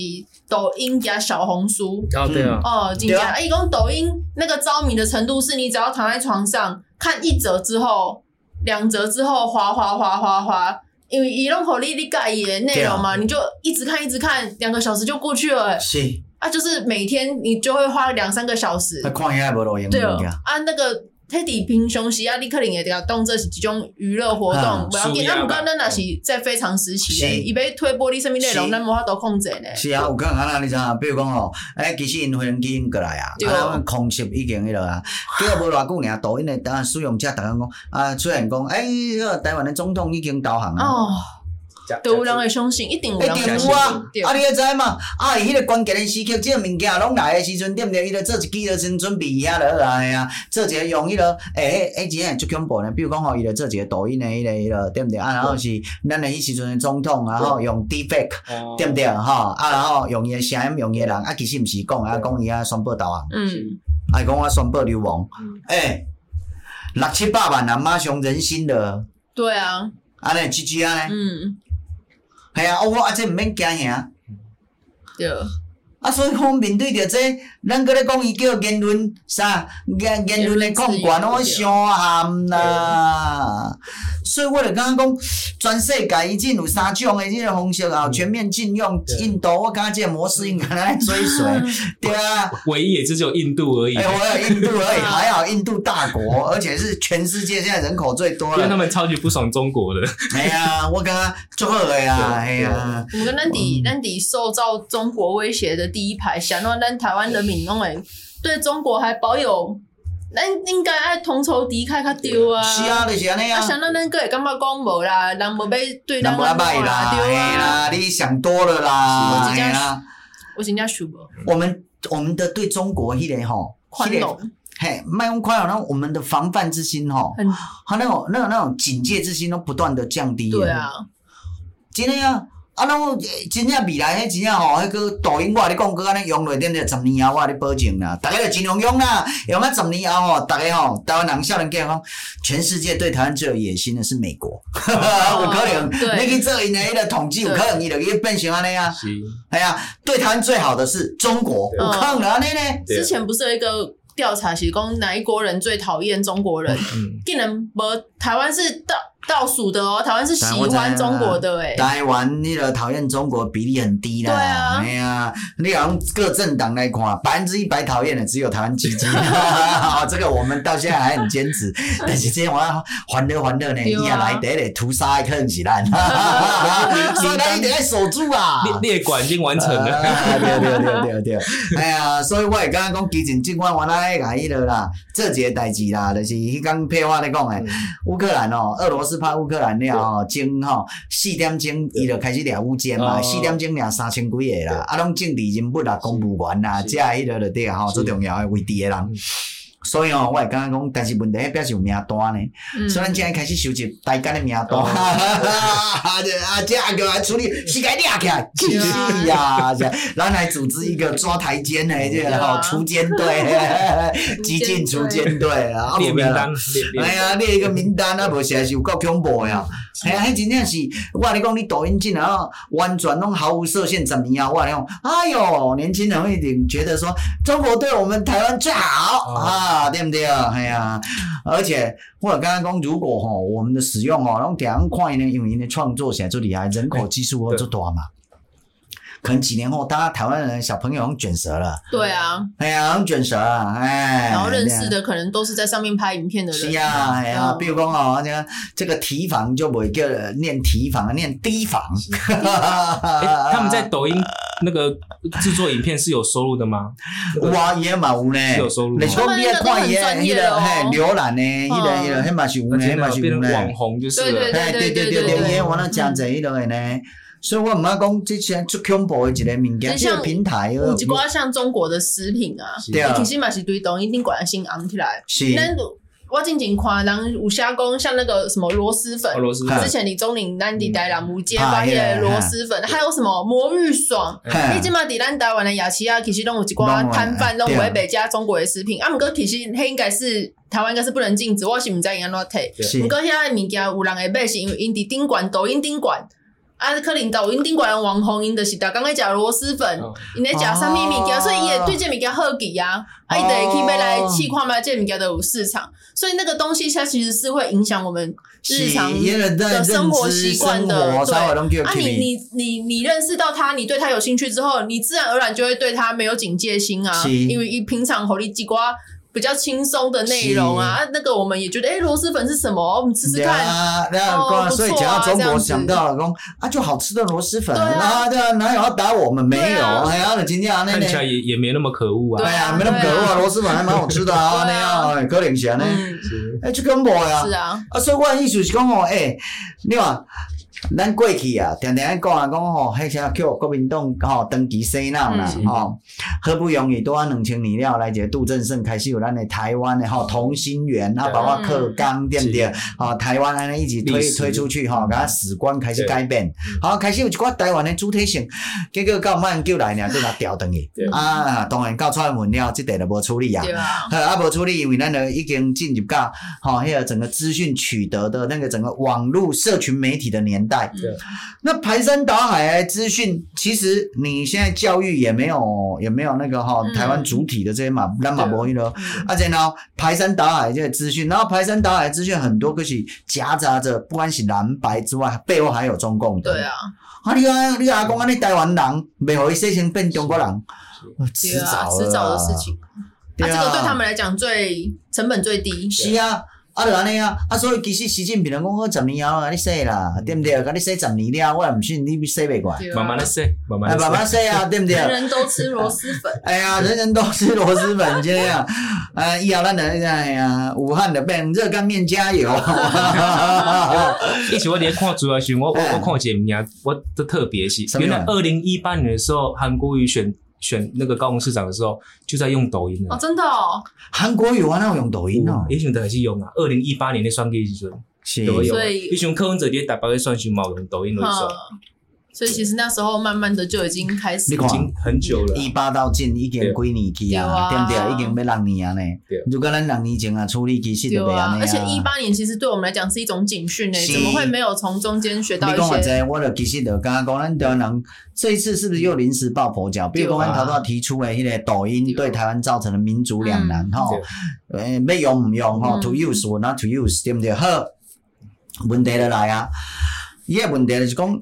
Speaker 3: 抖音加小红书，
Speaker 2: 哦对
Speaker 4: 嗯
Speaker 2: 啊，
Speaker 3: 哦，真
Speaker 1: 对
Speaker 3: 正
Speaker 1: 啊
Speaker 3: 啊！伊讲抖音那个着迷的程度是，你只要躺在床上看一折之后，两折之后滑滑滑滑滑，因为伊拢互你理解伊的内容嘛，
Speaker 1: 啊
Speaker 3: 你就一直看一直看，两个小时就过去了、欸。
Speaker 1: 是，
Speaker 3: 啊，就是每天你就会花两三个小时
Speaker 1: 那。看一下无路用
Speaker 3: 对哦
Speaker 1: 的，，
Speaker 3: 啊，那个迄伫平常时啊，你可能会甲当做是一种娱乐活
Speaker 1: 啊
Speaker 3: 动，不要紧。
Speaker 4: 舒压
Speaker 3: 啊，
Speaker 4: 吧
Speaker 3: 毋过咱若是在非常时期
Speaker 1: 是
Speaker 3: 咧，伊要推播你什么内容，
Speaker 1: 是
Speaker 3: 咱无法度控制咧。
Speaker 1: 是啊，有可能啊，你知影，比如讲哦，哎，其实因飞机已经过来啊，
Speaker 3: 对哦
Speaker 1: 啊，空袭已经迄落啊，结果无偌久尔，抖音的当使用者逐个讲啊，虽然讲，哎，迄个台湾的总统已经投降啊。
Speaker 3: 哦，
Speaker 2: 假
Speaker 3: 都有人会相信，一定有
Speaker 1: 一
Speaker 3: 人
Speaker 1: 定
Speaker 3: 会
Speaker 1: 有
Speaker 3: 相
Speaker 1: 啊！
Speaker 3: 信。
Speaker 1: 啊，你要知嘛？啊，伊迄个关键的时刻，即个物件拢来的时阵，对毋对？伊就做一记就先准备遐落来啊，做一个用迄落，诶，迄迄钱足恐怖呢。比如讲吼，伊就做一个抖音的迄个迄落，对毋对？啊，然后是咱的迄时阵的总统，然后用 deepfake，
Speaker 2: 哦
Speaker 1: 对毋对？吼，啊，然后用伊的声音，用伊的人，啊，其实毋是讲，啊，讲伊啊宣布投降，
Speaker 3: 嗯。
Speaker 1: 啊，伊讲我宣布流亡
Speaker 2: 嗯，
Speaker 1: 诶，六七百万人马上人心的，
Speaker 3: 对啊，
Speaker 1: 安尼 G G 安尼，
Speaker 3: 嗯，
Speaker 1: 系啊，哦我啊这毋免惊吓。
Speaker 3: 对，
Speaker 1: 啊，所以讲面对着这，咱搁咧讲伊叫言论啥言言论的控管，
Speaker 3: 言
Speaker 1: 我
Speaker 3: 论自由
Speaker 1: 伤含啦。所以我就刚刚讲，全世界已经有三种的这个方式
Speaker 3: 嗯
Speaker 1: 啊，全面禁用
Speaker 2: 对
Speaker 1: 印度，我感觉这个模式应该来追随，
Speaker 3: 嗯
Speaker 1: 对啊。
Speaker 4: 唯一也就只有印度而已，
Speaker 1: 哎、
Speaker 4: 因
Speaker 1: 我有印度而已，
Speaker 3: 嗯
Speaker 1: 还好印度大国，而且是全世界现在人口最多
Speaker 4: 为他
Speaker 1: 了。
Speaker 4: 们超级不爽中国的。
Speaker 1: 哎呀，我刚刚做好的呀，哎呀，
Speaker 3: 我们跟咱底
Speaker 1: 嗯
Speaker 3: 咱底受到中国威胁的第一排，想到咱台湾人民拢会对中国还保有，咱应该爱同仇敌忾较对啊。
Speaker 1: 是啊，就是安尼
Speaker 3: 啊，
Speaker 1: 啊。
Speaker 3: 想到咱个会感觉讲无啦，人无要对
Speaker 1: 人
Speaker 3: 咱
Speaker 1: 无阿
Speaker 3: 安
Speaker 1: 歹
Speaker 3: 怎
Speaker 1: 啦，嘿
Speaker 3: 对啊。
Speaker 1: 啦，你想多了啦，哎
Speaker 3: 是我真
Speaker 1: 嘿
Speaker 3: 正
Speaker 1: 啦。
Speaker 3: 我真正想无
Speaker 1: 我们我们的对中国迄个吼，
Speaker 3: 宽
Speaker 1: 那个
Speaker 3: 容，
Speaker 1: 嘿，卖用宽容，然后我们的防范之心吼，
Speaker 3: 很
Speaker 1: 还有那种那种那种警戒之心都不断的降低。
Speaker 3: 对，啊，
Speaker 1: 真的啊。啊，那我真正未来，迄真正吼，迄个抖音我跟你讲，搁安尼用落点着十年后，我啊跟你保证啦，大家就尽量用啦，用啊十年后吼，大家吼，台湾人少年健康，全世界对台湾最有野心的是美国，啊 有可能，
Speaker 3: 哦对
Speaker 1: 你去做因的迄个统计，有可能伊就去变成安尼啊，
Speaker 4: 行，
Speaker 1: 哎呀，对台湾最好的是中国，
Speaker 4: 对
Speaker 1: 有可能安尼呢，
Speaker 4: 对啊
Speaker 3: 之前不是有一个调查，是讲哪一国人最讨厌中国人？
Speaker 4: 嗯，
Speaker 3: 竟然无台湾是倒倒数的哦，台湾是喜
Speaker 1: 台湾我知啊
Speaker 3: 欢中国的哎、
Speaker 1: 台湾迄个讨厌中国比例很低啦，
Speaker 3: 对啊
Speaker 1: 哎呀，你好像各政党来看，百分之一百讨厌的只有台湾 基金，好这个我们到现在还很坚持，但是这我要欢乐欢乐呢，
Speaker 3: 对
Speaker 1: 伊
Speaker 3: 啊
Speaker 1: 也来得嘞屠杀一坑起 来，所以咱一定要守住啊。
Speaker 4: 列列管已经完成了，
Speaker 1: 啊对对对对对，哎呀，所以我会刚刚讲基情尽管我来甲迄落啦，做一个代志啦，就是迄工配话咧讲诶，
Speaker 4: 嗯
Speaker 1: 乌克兰哦，俄罗斯拍乌克兰了吼，整吼四点钟伊就开始掠乌奸嘛，
Speaker 4: 哦
Speaker 1: 四点钟掠三千几个啦，啊，拢政治人物啦、公务员啦，
Speaker 4: 是
Speaker 1: 遮迄落就对啊吼，
Speaker 4: 是
Speaker 1: 最重要诶位置诶人
Speaker 4: 嗯。
Speaker 1: 所以哦，我会刚刚讲，但是问题迄表示有名单呢，
Speaker 3: 嗯，
Speaker 1: 所以咱现在开始收集大家的名单，
Speaker 4: 哦
Speaker 1: 啊，这啊这阿哥来处理，是该抓起 来，
Speaker 4: 啊
Speaker 1: 是呀，是啊咱来组织一个抓台奸的这个吼，
Speaker 3: 对啊
Speaker 1: 锄奸 队，激进锄奸队啊，
Speaker 4: 列
Speaker 1: 不
Speaker 4: 名
Speaker 1: 然
Speaker 4: 单，列
Speaker 1: 哎
Speaker 4: 列，
Speaker 1: 呀，列一个名单啊，无实在是有够恐怖的啊！哎呀，迄真正是，我跟你讲，你抖音进来哦，完全拢毫无设限，怎么样？我跟你讲，哎呦，年轻人会顶觉得说，中国对我们台湾最好、
Speaker 4: 哦
Speaker 1: 啊，对不对？哎呀，而且我有刚刚讲，如果吼我们的使用哦，拢点样看呢？因为因的创作起来就厉害，人口基数会做大嘛。可能几年后，大家台湾人小朋友拢卷舌了，
Speaker 3: 对啊，
Speaker 1: 哎呀，拢卷舌了，哎，
Speaker 3: 然后认
Speaker 1: 这样
Speaker 3: 识的可能都是在上面拍影片的人，
Speaker 1: 是啊，哎呀，
Speaker 3: 嗯
Speaker 1: 比如讲哦，这个这个提防就不会叫念提防，念提防。啊
Speaker 4: 哎，他们在抖音那个制作影片是有收入的吗？
Speaker 1: 哇也嘛有呢，
Speaker 4: 是有收入吗
Speaker 1: 你说你看伊
Speaker 3: 他们那
Speaker 1: 迄
Speaker 3: 个都
Speaker 1: 个
Speaker 3: 很
Speaker 1: 嘿
Speaker 3: 专业
Speaker 1: 浏览呢，迄个迄个迄嘛是有
Speaker 4: 那
Speaker 1: 呢，迄
Speaker 4: 真
Speaker 1: 嘛
Speaker 4: 的
Speaker 1: 是
Speaker 4: 变
Speaker 1: 有
Speaker 4: 成
Speaker 1: 呢。
Speaker 4: 网红就是
Speaker 3: 对对
Speaker 4: 了，
Speaker 1: 嘿对对对对，伊我那真侪迄落的呢。所以我毋捌讲即些最恐怖的一个物件，
Speaker 3: 就像
Speaker 1: 即个平台
Speaker 3: 有一寡像中国的食品啊，
Speaker 1: 对啊
Speaker 3: 其，实嘛是对抖音顶管先昂起来。
Speaker 1: 是
Speaker 3: 咱我进前看人有虾公像那个什么螺蛳粉
Speaker 4: 俄，罗斯
Speaker 3: 之前李宗霖咱伫台南有街
Speaker 1: 啊
Speaker 3: 发
Speaker 1: 那个
Speaker 3: 现螺蛳粉，还有什么魔芋爽。
Speaker 1: 嘿
Speaker 3: 你即马伫咱台湾的夜市啊，其实拢有一寡摊贩拢袂卖食中国的食品，啊，毋过其实迄应该是台湾应该是不能禁止，我是毋知因安怎摕。
Speaker 1: 是
Speaker 3: 毋过遐的物件有人会买，是因为因伫顶管、抖音顶管，啊，可能抖音顶管的网红因就是逐工咧食螺蛳粉，因咧食啥物物件，
Speaker 1: 哦
Speaker 3: 所以伊会对这物件好奇啊，啊，伊就会去买来试看觅这物件的有市场，所以那个东西它其实是会影响我们日常
Speaker 1: 伊个
Speaker 3: 的
Speaker 1: 的
Speaker 3: 生活习惯的
Speaker 1: 生活
Speaker 3: 对
Speaker 1: 啥物拢叫
Speaker 3: 啊
Speaker 1: 起
Speaker 3: 你，
Speaker 1: 名
Speaker 3: 你你你认识到他，你对他有兴趣之后，你自然而然就会对他没有警戒心啊，
Speaker 1: 是
Speaker 3: 因为一平常火力鸡瓜比较轻松的内容啊，啊那个我们也觉得，哎、螺蛳粉是什么？我们吃吃
Speaker 1: 对
Speaker 3: 看。
Speaker 1: 啊，对啊，
Speaker 3: 哦
Speaker 1: 光
Speaker 3: 不错
Speaker 1: 所以讲到
Speaker 3: 啊
Speaker 1: 中国，
Speaker 3: 这样子
Speaker 1: 想到了讲啊，就好吃的螺蛳粉
Speaker 3: 对啊
Speaker 1: 啊，对啊，哪有要打我们没
Speaker 3: 对
Speaker 1: 有？
Speaker 3: 啊
Speaker 1: 哎呀，今天啊，那
Speaker 4: 看起来
Speaker 1: 那。
Speaker 4: 也也没那么可恶
Speaker 1: 对
Speaker 4: 啊。
Speaker 1: 啊，
Speaker 3: 对啊
Speaker 1: 没那么可恶啊，
Speaker 3: 对啊
Speaker 1: 螺蛳粉还蛮好吃的啊，那
Speaker 3: 对啊
Speaker 1: 样可领钱呢，
Speaker 3: 嗯，
Speaker 1: 哎，就跟我呀
Speaker 3: 是，啊，
Speaker 1: 啊，所以我的意思是讲哦，哎，你看，咱过去啊，常常讲啊，讲吼，迄些叫国民党吼长期洗脑啦，
Speaker 4: 嗯
Speaker 1: 吼，好不容易拄啊两千年了，来一个杜振胜开始有咱的台湾的吼同心圆，啊，
Speaker 4: 对
Speaker 1: 包括克
Speaker 4: 嗯
Speaker 1: 刚，对不对？哦，台湾安尼一直推
Speaker 4: 历史嗯
Speaker 1: 推出去吼，甲史观开始改变，好开始有一寡台湾的主体性，结果到慢叫来呢，就甲调转去
Speaker 4: 对，
Speaker 1: 啊，当然到出门了，即块就无处理啊。
Speaker 3: 对啊，
Speaker 1: 呃，啊，无处理，因为咱就已经进入到吼，迄、个整个资讯取得的那个整个网络社群媒体的年代。
Speaker 2: 对
Speaker 1: 那盘山倒海的资讯，其实你现在教育也没有也没有那个哈、
Speaker 3: 嗯
Speaker 1: 台湾主体的这些嘛，咱嘛
Speaker 4: 啊
Speaker 2: 对
Speaker 1: 无迄咯。而且呢，哦排山倒海这些资讯，然后排山倒海的资讯很多，可是夹杂着不管是蓝白之外，背后还有中共的。
Speaker 3: 对啊，
Speaker 1: 啊，你啊，你阿公啊，你台湾人，袂互伊说成变中国人，呃迟
Speaker 3: 对啊，
Speaker 1: 早
Speaker 3: 迟早的
Speaker 1: 啦
Speaker 3: 事。情。
Speaker 1: 对
Speaker 3: 啊，这
Speaker 1: 啊，
Speaker 3: 个对他们来讲最成本最低。
Speaker 1: 是啊，啊，就安尼啊，啊，所以其实习近平人讲，我十年后啊，你说啦，对不对？
Speaker 3: 嗯
Speaker 1: 甲你说十年了，我也毋信你说袂过来，
Speaker 3: 对啊
Speaker 4: 慢慢的说，慢慢
Speaker 1: 哎，
Speaker 4: 的
Speaker 1: 慢慢
Speaker 4: 说。
Speaker 1: 说啊，对不对？，
Speaker 3: 人人都吃螺蛳粉
Speaker 1: 哎呀，人人都吃螺蛳粉这样， 呃，以后咱的哎呀，武汉的变热干面加油，
Speaker 4: 一起我连看主要选，我我
Speaker 1: 哎
Speaker 4: 我看见名，我的特别是
Speaker 1: 什，么
Speaker 4: 原
Speaker 1: 样
Speaker 4: 来二零一八年的时候，韩国瑜选选那个高雄市长的时候，就在用抖音
Speaker 3: 哦，
Speaker 4: 了。
Speaker 3: 真的哦，
Speaker 1: 韩国语我那有用抖音哦，
Speaker 4: 也许得去用啊，二零一八年的双 K 时阵，
Speaker 1: 是
Speaker 4: 抖音
Speaker 3: 所以
Speaker 4: 一群柯文哲伫台北的算选嘛，用抖音来
Speaker 3: 嗯
Speaker 4: 说，
Speaker 3: 所以其实那时候慢慢的就已经开始
Speaker 1: 你看
Speaker 4: 已经很久了啊。
Speaker 1: 一八到近已经几年去啊，对
Speaker 3: 对
Speaker 1: 不
Speaker 3: 啊
Speaker 1: 对？已经要六年啊呢
Speaker 4: 对。
Speaker 1: 如果咱六年前啊处理，其实就
Speaker 3: 对
Speaker 1: 袂安
Speaker 3: 啊
Speaker 1: 尼，
Speaker 3: 而且一八年其实对我们来讲是一种警讯呢、欸
Speaker 1: 是
Speaker 3: 怎么会没有从中间学到
Speaker 1: 你讲我
Speaker 3: 一些？
Speaker 1: 这，我就其实就刚刚讲，咱台湾人这一次是不是又临时抱佛脚？比如讲，
Speaker 3: 对
Speaker 1: 咱
Speaker 3: 啊
Speaker 1: 头头提出的迄个抖音对台湾造成的民族两难吼，呃，要用唔用吼
Speaker 3: 嗯
Speaker 1: ？To use or not to use，对不对？好，问题就来啊，伊个问题就是讲，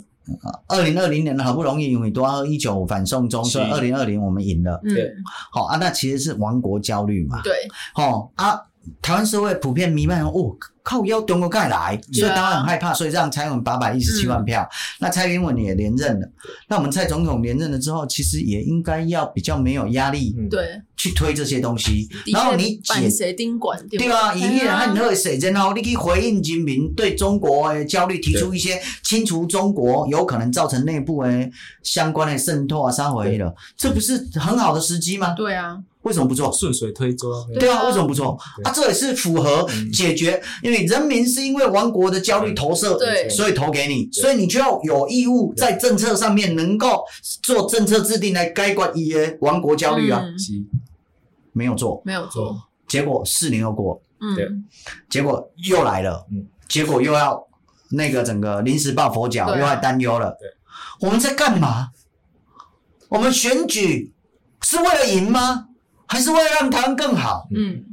Speaker 1: 二零二零年好不容易因为多好一九反送中，所以二
Speaker 4: 是
Speaker 1: 零二零我们赢了，
Speaker 3: 嗯，
Speaker 4: 对
Speaker 1: 好啊，那其实是亡国焦虑嘛，
Speaker 3: 对，
Speaker 1: 吼啊。台湾社会普遍弥漫哦，靠腰中国盖来，所以大家很害怕，所以让蔡英文八百一十七万票。
Speaker 3: 嗯
Speaker 1: 那蔡英文也连任了，那我们蔡总统连任了之后，其实也应该要比较没有压力
Speaker 4: 嗯
Speaker 3: 对，
Speaker 1: 去推这些东西，
Speaker 3: 的
Speaker 1: 然后
Speaker 3: 确
Speaker 1: 你
Speaker 3: 板
Speaker 1: 解。
Speaker 3: 谁丁管对
Speaker 1: 对啊
Speaker 3: 吧？
Speaker 1: 吧？以一个很热水，然后你去回应人民对中国的焦虑，提出一些清除中国有可能造成内部的相关的渗透啊、杀回了，这不是很好的时机吗？
Speaker 3: 对啊，
Speaker 1: 为什么不做？
Speaker 4: 顺水推舟啊。
Speaker 1: 对啊，
Speaker 3: 对啊
Speaker 1: 为什么不做
Speaker 4: 对
Speaker 1: 啊？这也是符合解决，因为人民是因为亡国的焦虑投射，
Speaker 3: 对
Speaker 1: 所以投给你，
Speaker 4: 对
Speaker 1: 所以你就要有义务在政策上面能够做政策制定来该管伊的亡国焦虑啊，哦
Speaker 3: 嗯
Speaker 4: 是
Speaker 1: 没有做，
Speaker 3: 没有做，
Speaker 1: 结果四年又过，
Speaker 4: 对
Speaker 3: 嗯，
Speaker 1: 结果又来了
Speaker 4: 嗯，
Speaker 1: 结果又要那个整个临时抱佛脚，
Speaker 3: 对啊
Speaker 1: 又要担忧了。我们在干嘛？我们选举是为了赢吗？还是为了让台湾更好？
Speaker 3: 嗯，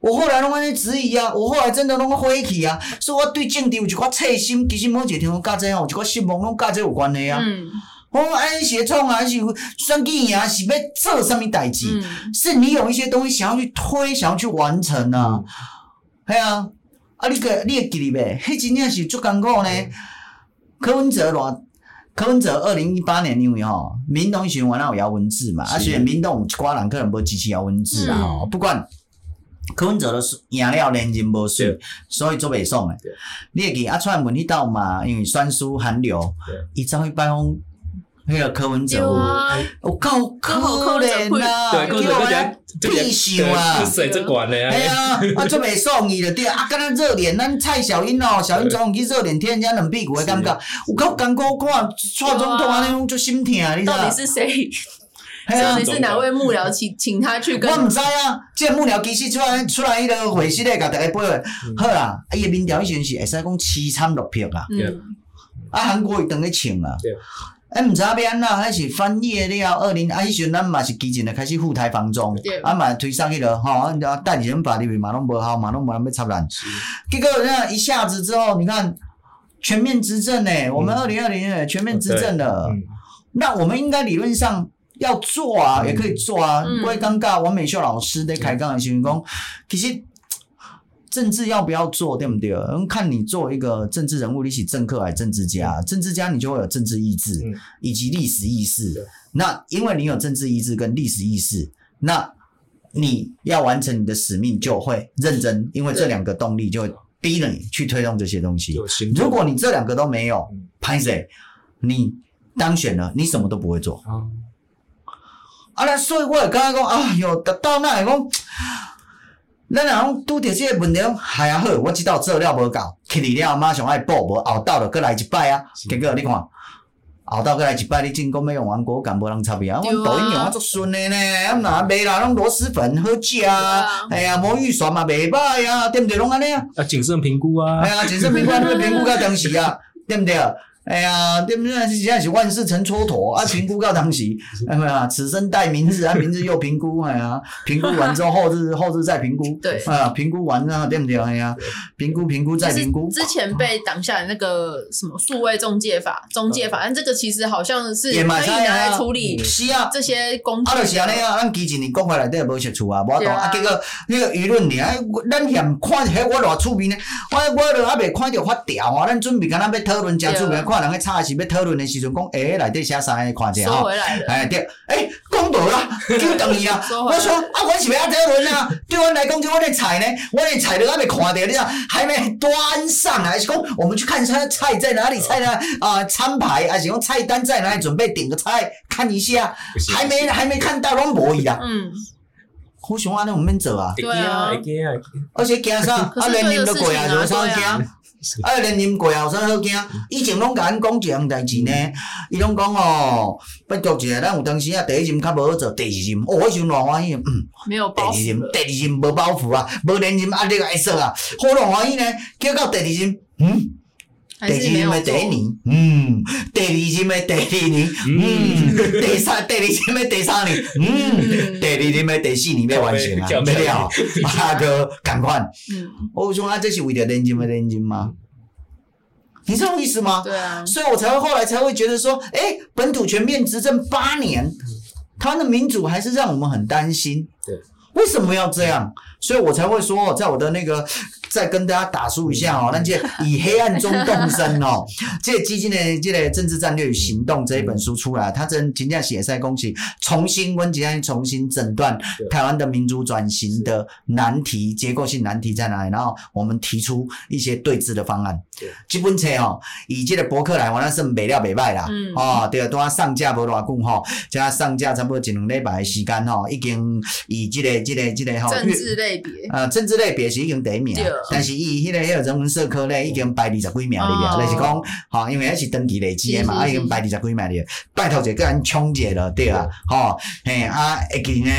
Speaker 1: 我后来拢安尼质疑啊，我后来真的拢火起啊，所以我对政治有一寡切心，其实每一个地方甲这有一寡失望，拢甲这有关系啊。
Speaker 3: 嗯，
Speaker 1: 我讲安尼是咧创啊，还是选举赢是要做什么代志？
Speaker 3: 嗯，
Speaker 1: 是你有一些东西想要去推，想要去完成啊。系啊，啊你个你会记哩呗？迄真正是足艰苦呢。
Speaker 4: 嗯
Speaker 1: 柯文哲偌，柯文哲二零一八年因为吼，民党选完了有姚文智嘛，啊
Speaker 4: 是
Speaker 1: 虽然民党有一寡人可能无支持姚文智啊吼，
Speaker 3: 嗯
Speaker 1: 不管。柯文哲都是赢了，连任无水
Speaker 4: 对，
Speaker 1: 所以做袂爽诶
Speaker 4: 对。
Speaker 1: 你会记啊？蔡英文迄道嘛，因为酸输寒流，伊走去拜访迄个柯文哲
Speaker 3: 对
Speaker 1: 有，
Speaker 3: 啊，
Speaker 1: 有够可
Speaker 3: 刚好柯文哲
Speaker 1: 怜呐，
Speaker 4: 对，
Speaker 1: 叫
Speaker 4: 跟着
Speaker 1: 我
Speaker 4: 人
Speaker 1: 来
Speaker 4: 家这个
Speaker 1: 屁想啊
Speaker 4: 对水这管的
Speaker 1: 哎
Speaker 4: 啊。
Speaker 1: 呀，啊，做袂爽伊就对啊，啊，敢若热脸，咱蔡小英哦，小英总统去热脸贴人家冷屁股的感觉，有够艰苦看，蔡总统安尼就心疼，你知
Speaker 3: 到
Speaker 1: 道
Speaker 3: 底？是 谁？
Speaker 1: 嘿
Speaker 3: 到
Speaker 1: 啊
Speaker 3: 底，是哪位幕僚请请他去跟
Speaker 1: 我？毋知啊，这幕僚其实出来出来迄个会室咧，甲大家报的，好啦，啊，伊的民调迄阵是会使讲凄惨落魄啦，
Speaker 3: 嗯，
Speaker 1: 啊，韩国伊当去唱啊
Speaker 4: 对。
Speaker 1: 哎，毋知要安怎，还是翻页了二零啊，迄时阵咱嘛是基进的开始赴台防中
Speaker 3: 对，
Speaker 1: 啊嘛推上去了吼，啊代理人法里面嘛拢无效，嘛拢无人要插咱。
Speaker 4: 是
Speaker 1: 结果那一下子之后，你看全面执政呢、我们二零二零年全面执政了，
Speaker 4: 嗯，
Speaker 1: 那我们应该理论上要做啊，
Speaker 4: 嗯
Speaker 1: 也可以做啊，
Speaker 3: 嗯
Speaker 1: 不会尴尬。王美秀老师在开杠的行
Speaker 4: 嗯
Speaker 1: 工，其实。政治要不要做，对不对？嗯看你作为一个政治人物，你是政客还是政治家？政治家你就会有政治意志
Speaker 4: 嗯
Speaker 1: 以及历史意
Speaker 4: 对
Speaker 1: 识。那因为你有政治意志跟历史意识，那你要完成你的使命就会认真，因为这两个动力就会逼着你去推动这些东西。
Speaker 4: 有行动
Speaker 1: 如果你这两个都没有
Speaker 4: 嗯，
Speaker 1: 拍谁？你当选了，你什么都不会做。
Speaker 4: 啊，
Speaker 1: 啊，那所以我也感觉讲，啊哟，达到那会讲，咱若讲拄着即个问题，哎呀好，我即道做了无够，去你了马上爱补，无后道就搁来一摆啊。
Speaker 4: 是
Speaker 1: 结果你看，后道搁来一摆，你真讲要用完果敢无人插伊啊？
Speaker 3: 对
Speaker 1: 阮
Speaker 3: 啊
Speaker 1: 抖音用啊足顺的呢，啊哪卖啦，拢螺蛳粉好食啊，哎呀，魔芋爽嘛袂歹啊，对毋对？拢安尼啊。
Speaker 4: 要谨慎评估啊
Speaker 1: 哎哎。呀，谨慎评估，你要评估到当时啊， 对不对？哎呀，对不对？现在是万事成蹉跎啊，评估到当时，哎呀，此生待明日啊，明日又评估， 哎呀，评估完之后后日 后日再评估，
Speaker 3: 对
Speaker 1: 啊，评估完啊，对不对？哎呀，评估评估再
Speaker 3: 就是
Speaker 1: 评估，
Speaker 3: 之前被挡下的那个什么数位中介法、中介法，但这个其实好像是可
Speaker 1: 嗯
Speaker 3: 以
Speaker 1: 也蛮
Speaker 3: 拿来处理
Speaker 1: 是啊。
Speaker 3: 这些工具
Speaker 1: 啊，
Speaker 3: 的。
Speaker 1: 就是安尼啊，咱之前你讲话内底无清楚啊，无懂啊，结果那个舆论呢，哎咱嫌看迄我偌趣味呢，我我都还未看着发条啊，咱准备敢若要讨论，真趣味，看人咧吵是要讨论的时阵，讲诶内底写啥的看者
Speaker 3: 收
Speaker 1: 吼，
Speaker 3: 回来了。
Speaker 1: 哎对，诶讲到啦，就等 伊啊，
Speaker 3: 说回
Speaker 1: 我
Speaker 3: 来
Speaker 1: 说啊，我是要讨论啊，对我来讲，就我的菜呢，我的菜都还没看到，你知道，还没端上啊来，还是讲我们去看他菜在哪里，菜呢啊、餐牌还是用菜单在哪里，准备点个菜看一下。
Speaker 4: 不行
Speaker 1: 还没还没看到拢无伊啦，
Speaker 3: 嗯，
Speaker 1: 好想安尼毋免做啊，
Speaker 3: 对啊
Speaker 4: 会惊啊，会惊啊
Speaker 1: 而且惊啥？
Speaker 3: 可
Speaker 1: 啊
Speaker 3: 是
Speaker 1: 连
Speaker 3: 对
Speaker 1: 啉
Speaker 3: 的
Speaker 1: 都
Speaker 3: 事
Speaker 1: 过
Speaker 3: 情
Speaker 1: 啊，
Speaker 3: 啊
Speaker 1: 有啥好惊
Speaker 3: 对啊？
Speaker 1: 啊连啉过啊，有啥好惊？以前拢甲咱讲一项代志呢，伊拢讲哦，拜托一下，咱有当时啊第一任较无好做，第二任哦，我想偌欢喜，嗯，
Speaker 3: 没有
Speaker 1: 第
Speaker 3: 包
Speaker 1: 二
Speaker 3: 袱
Speaker 1: 任
Speaker 3: 了。
Speaker 1: 第二任无包袱啊，无连任压力爱说啊，好偌欢喜呢，结果到第二任，嗯。
Speaker 3: 还
Speaker 1: 第
Speaker 3: 是没
Speaker 1: 二任
Speaker 3: 有
Speaker 1: 的
Speaker 3: 做
Speaker 1: 第一年，嗯，第二任的第二年，嗯，第三第二任的第三年，嗯，
Speaker 3: 嗯
Speaker 1: 第二任的第四年要完成啊，
Speaker 4: 靠
Speaker 1: 要
Speaker 4: 背
Speaker 1: 了，啊哥，赶快！
Speaker 3: 嗯，
Speaker 1: 我想啊，这是为了认真的认真吗？你知道我意思吗？
Speaker 3: 对啊，
Speaker 1: 所以我才会后来才会觉得说，哎，本土全面执政八年，台湾的民主还是让我们很担心。
Speaker 4: 对，
Speaker 1: 为什么要这样？所以我才会说，在我的那个再跟大家打输一下哦，那这以黑暗中动身哦，这基金的这个政治战略与行动这一本书出来，他真评价写赛恭喜，重新温吉安重新诊断
Speaker 4: 对
Speaker 1: 台湾的民主转型的难题，结构性难题在哪里？然后我们提出一些对峙的方案
Speaker 4: 对。，
Speaker 1: 这本册哦，以这个博客来，我那是卖了袂歹啦，
Speaker 3: 嗯
Speaker 1: 哦，对，拄啊上架无偌久吼，加上架差不多一两礼拜的时间吼，已经以这个这个这个吼。
Speaker 3: 政治类别，
Speaker 1: 呃，政治类别是已经第一名啊
Speaker 3: 对，
Speaker 1: 但是伊迄个迄个人文社科咧已经排二十几名里面，
Speaker 3: 哦
Speaker 1: 就是讲，吼，因为迄是登记累积的嘛，
Speaker 3: 是是
Speaker 1: 啊，已
Speaker 3: 是
Speaker 1: 经排二十几名里，拜托者个人冲者了，对啊，吼，嘿，啊，会记呢。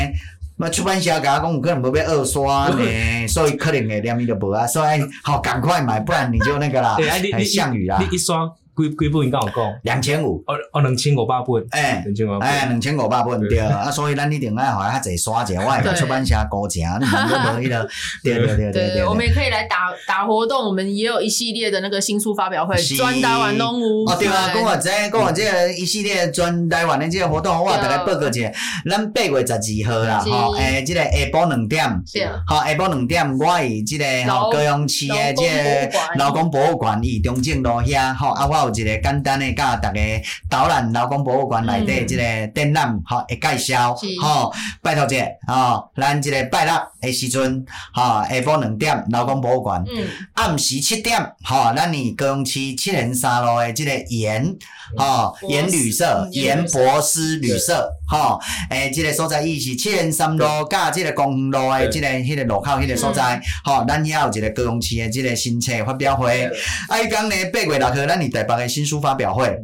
Speaker 1: 嘛，出版社甲我讲，有可能无要二刷呢，所以可能会念伊就无啊，所以好赶快买，不然你就那个 啦
Speaker 4: 对啊，你
Speaker 1: 哎
Speaker 4: 你
Speaker 1: 项羽啦
Speaker 4: 你，一刷几几本，你敢有讲？
Speaker 1: 两千五，
Speaker 4: 哦哦，两千五百本，
Speaker 1: 哎。
Speaker 4: 两千
Speaker 1: 哎，
Speaker 4: 五百本，
Speaker 1: 两千五百本对，
Speaker 4: 对
Speaker 1: 啊，所以咱一定爱互较侪刷者，我会甲
Speaker 3: 对
Speaker 1: 出版社高成，你们都无迄个，对对对对
Speaker 3: 对
Speaker 1: 对
Speaker 3: 对
Speaker 1: 对
Speaker 3: 对，我。们也可以来打打活动，我们也有一系列的那个新书发表会
Speaker 1: 是，
Speaker 3: 专打完东屋。
Speaker 1: 哦，对啊，讲我这
Speaker 3: 嗯
Speaker 1: 讲我这个一系列专台湾的这个活动，我也大概报告一下。咱八月十二号啦，
Speaker 3: 是
Speaker 1: 吼，诶，这个下晡两点，
Speaker 3: 对啊
Speaker 1: 吼，下晡两点，我以这个吼
Speaker 3: 劳
Speaker 1: 高雄市的这个劳
Speaker 3: 劳
Speaker 1: 工博物馆以中正路遐，吼，啊，我有一个简单的甲大家导览劳工博物馆内底
Speaker 3: 嗯
Speaker 1: 这个展览，吼，会介绍
Speaker 3: 是，
Speaker 1: 吼，拜托者，吼，咱这个拜六的时阵，吼，下晡两点劳工博物馆。
Speaker 3: 嗯，
Speaker 1: 暗时七点，吼、咱你高雄市七零三路的这个盐，
Speaker 4: 嗯
Speaker 1: 吼、
Speaker 3: 博
Speaker 1: 盐旅社
Speaker 3: 嗯、
Speaker 1: 盐博斯旅社，吼、诶、这个所在伊是七零三路甲这个公园路的
Speaker 4: 对嗯
Speaker 1: 这个迄个路口迄个所在，吼、咱遐有一个高雄市的这个新册发表会，啊，伊讲呢八月六号，咱伫台北的新书发表会。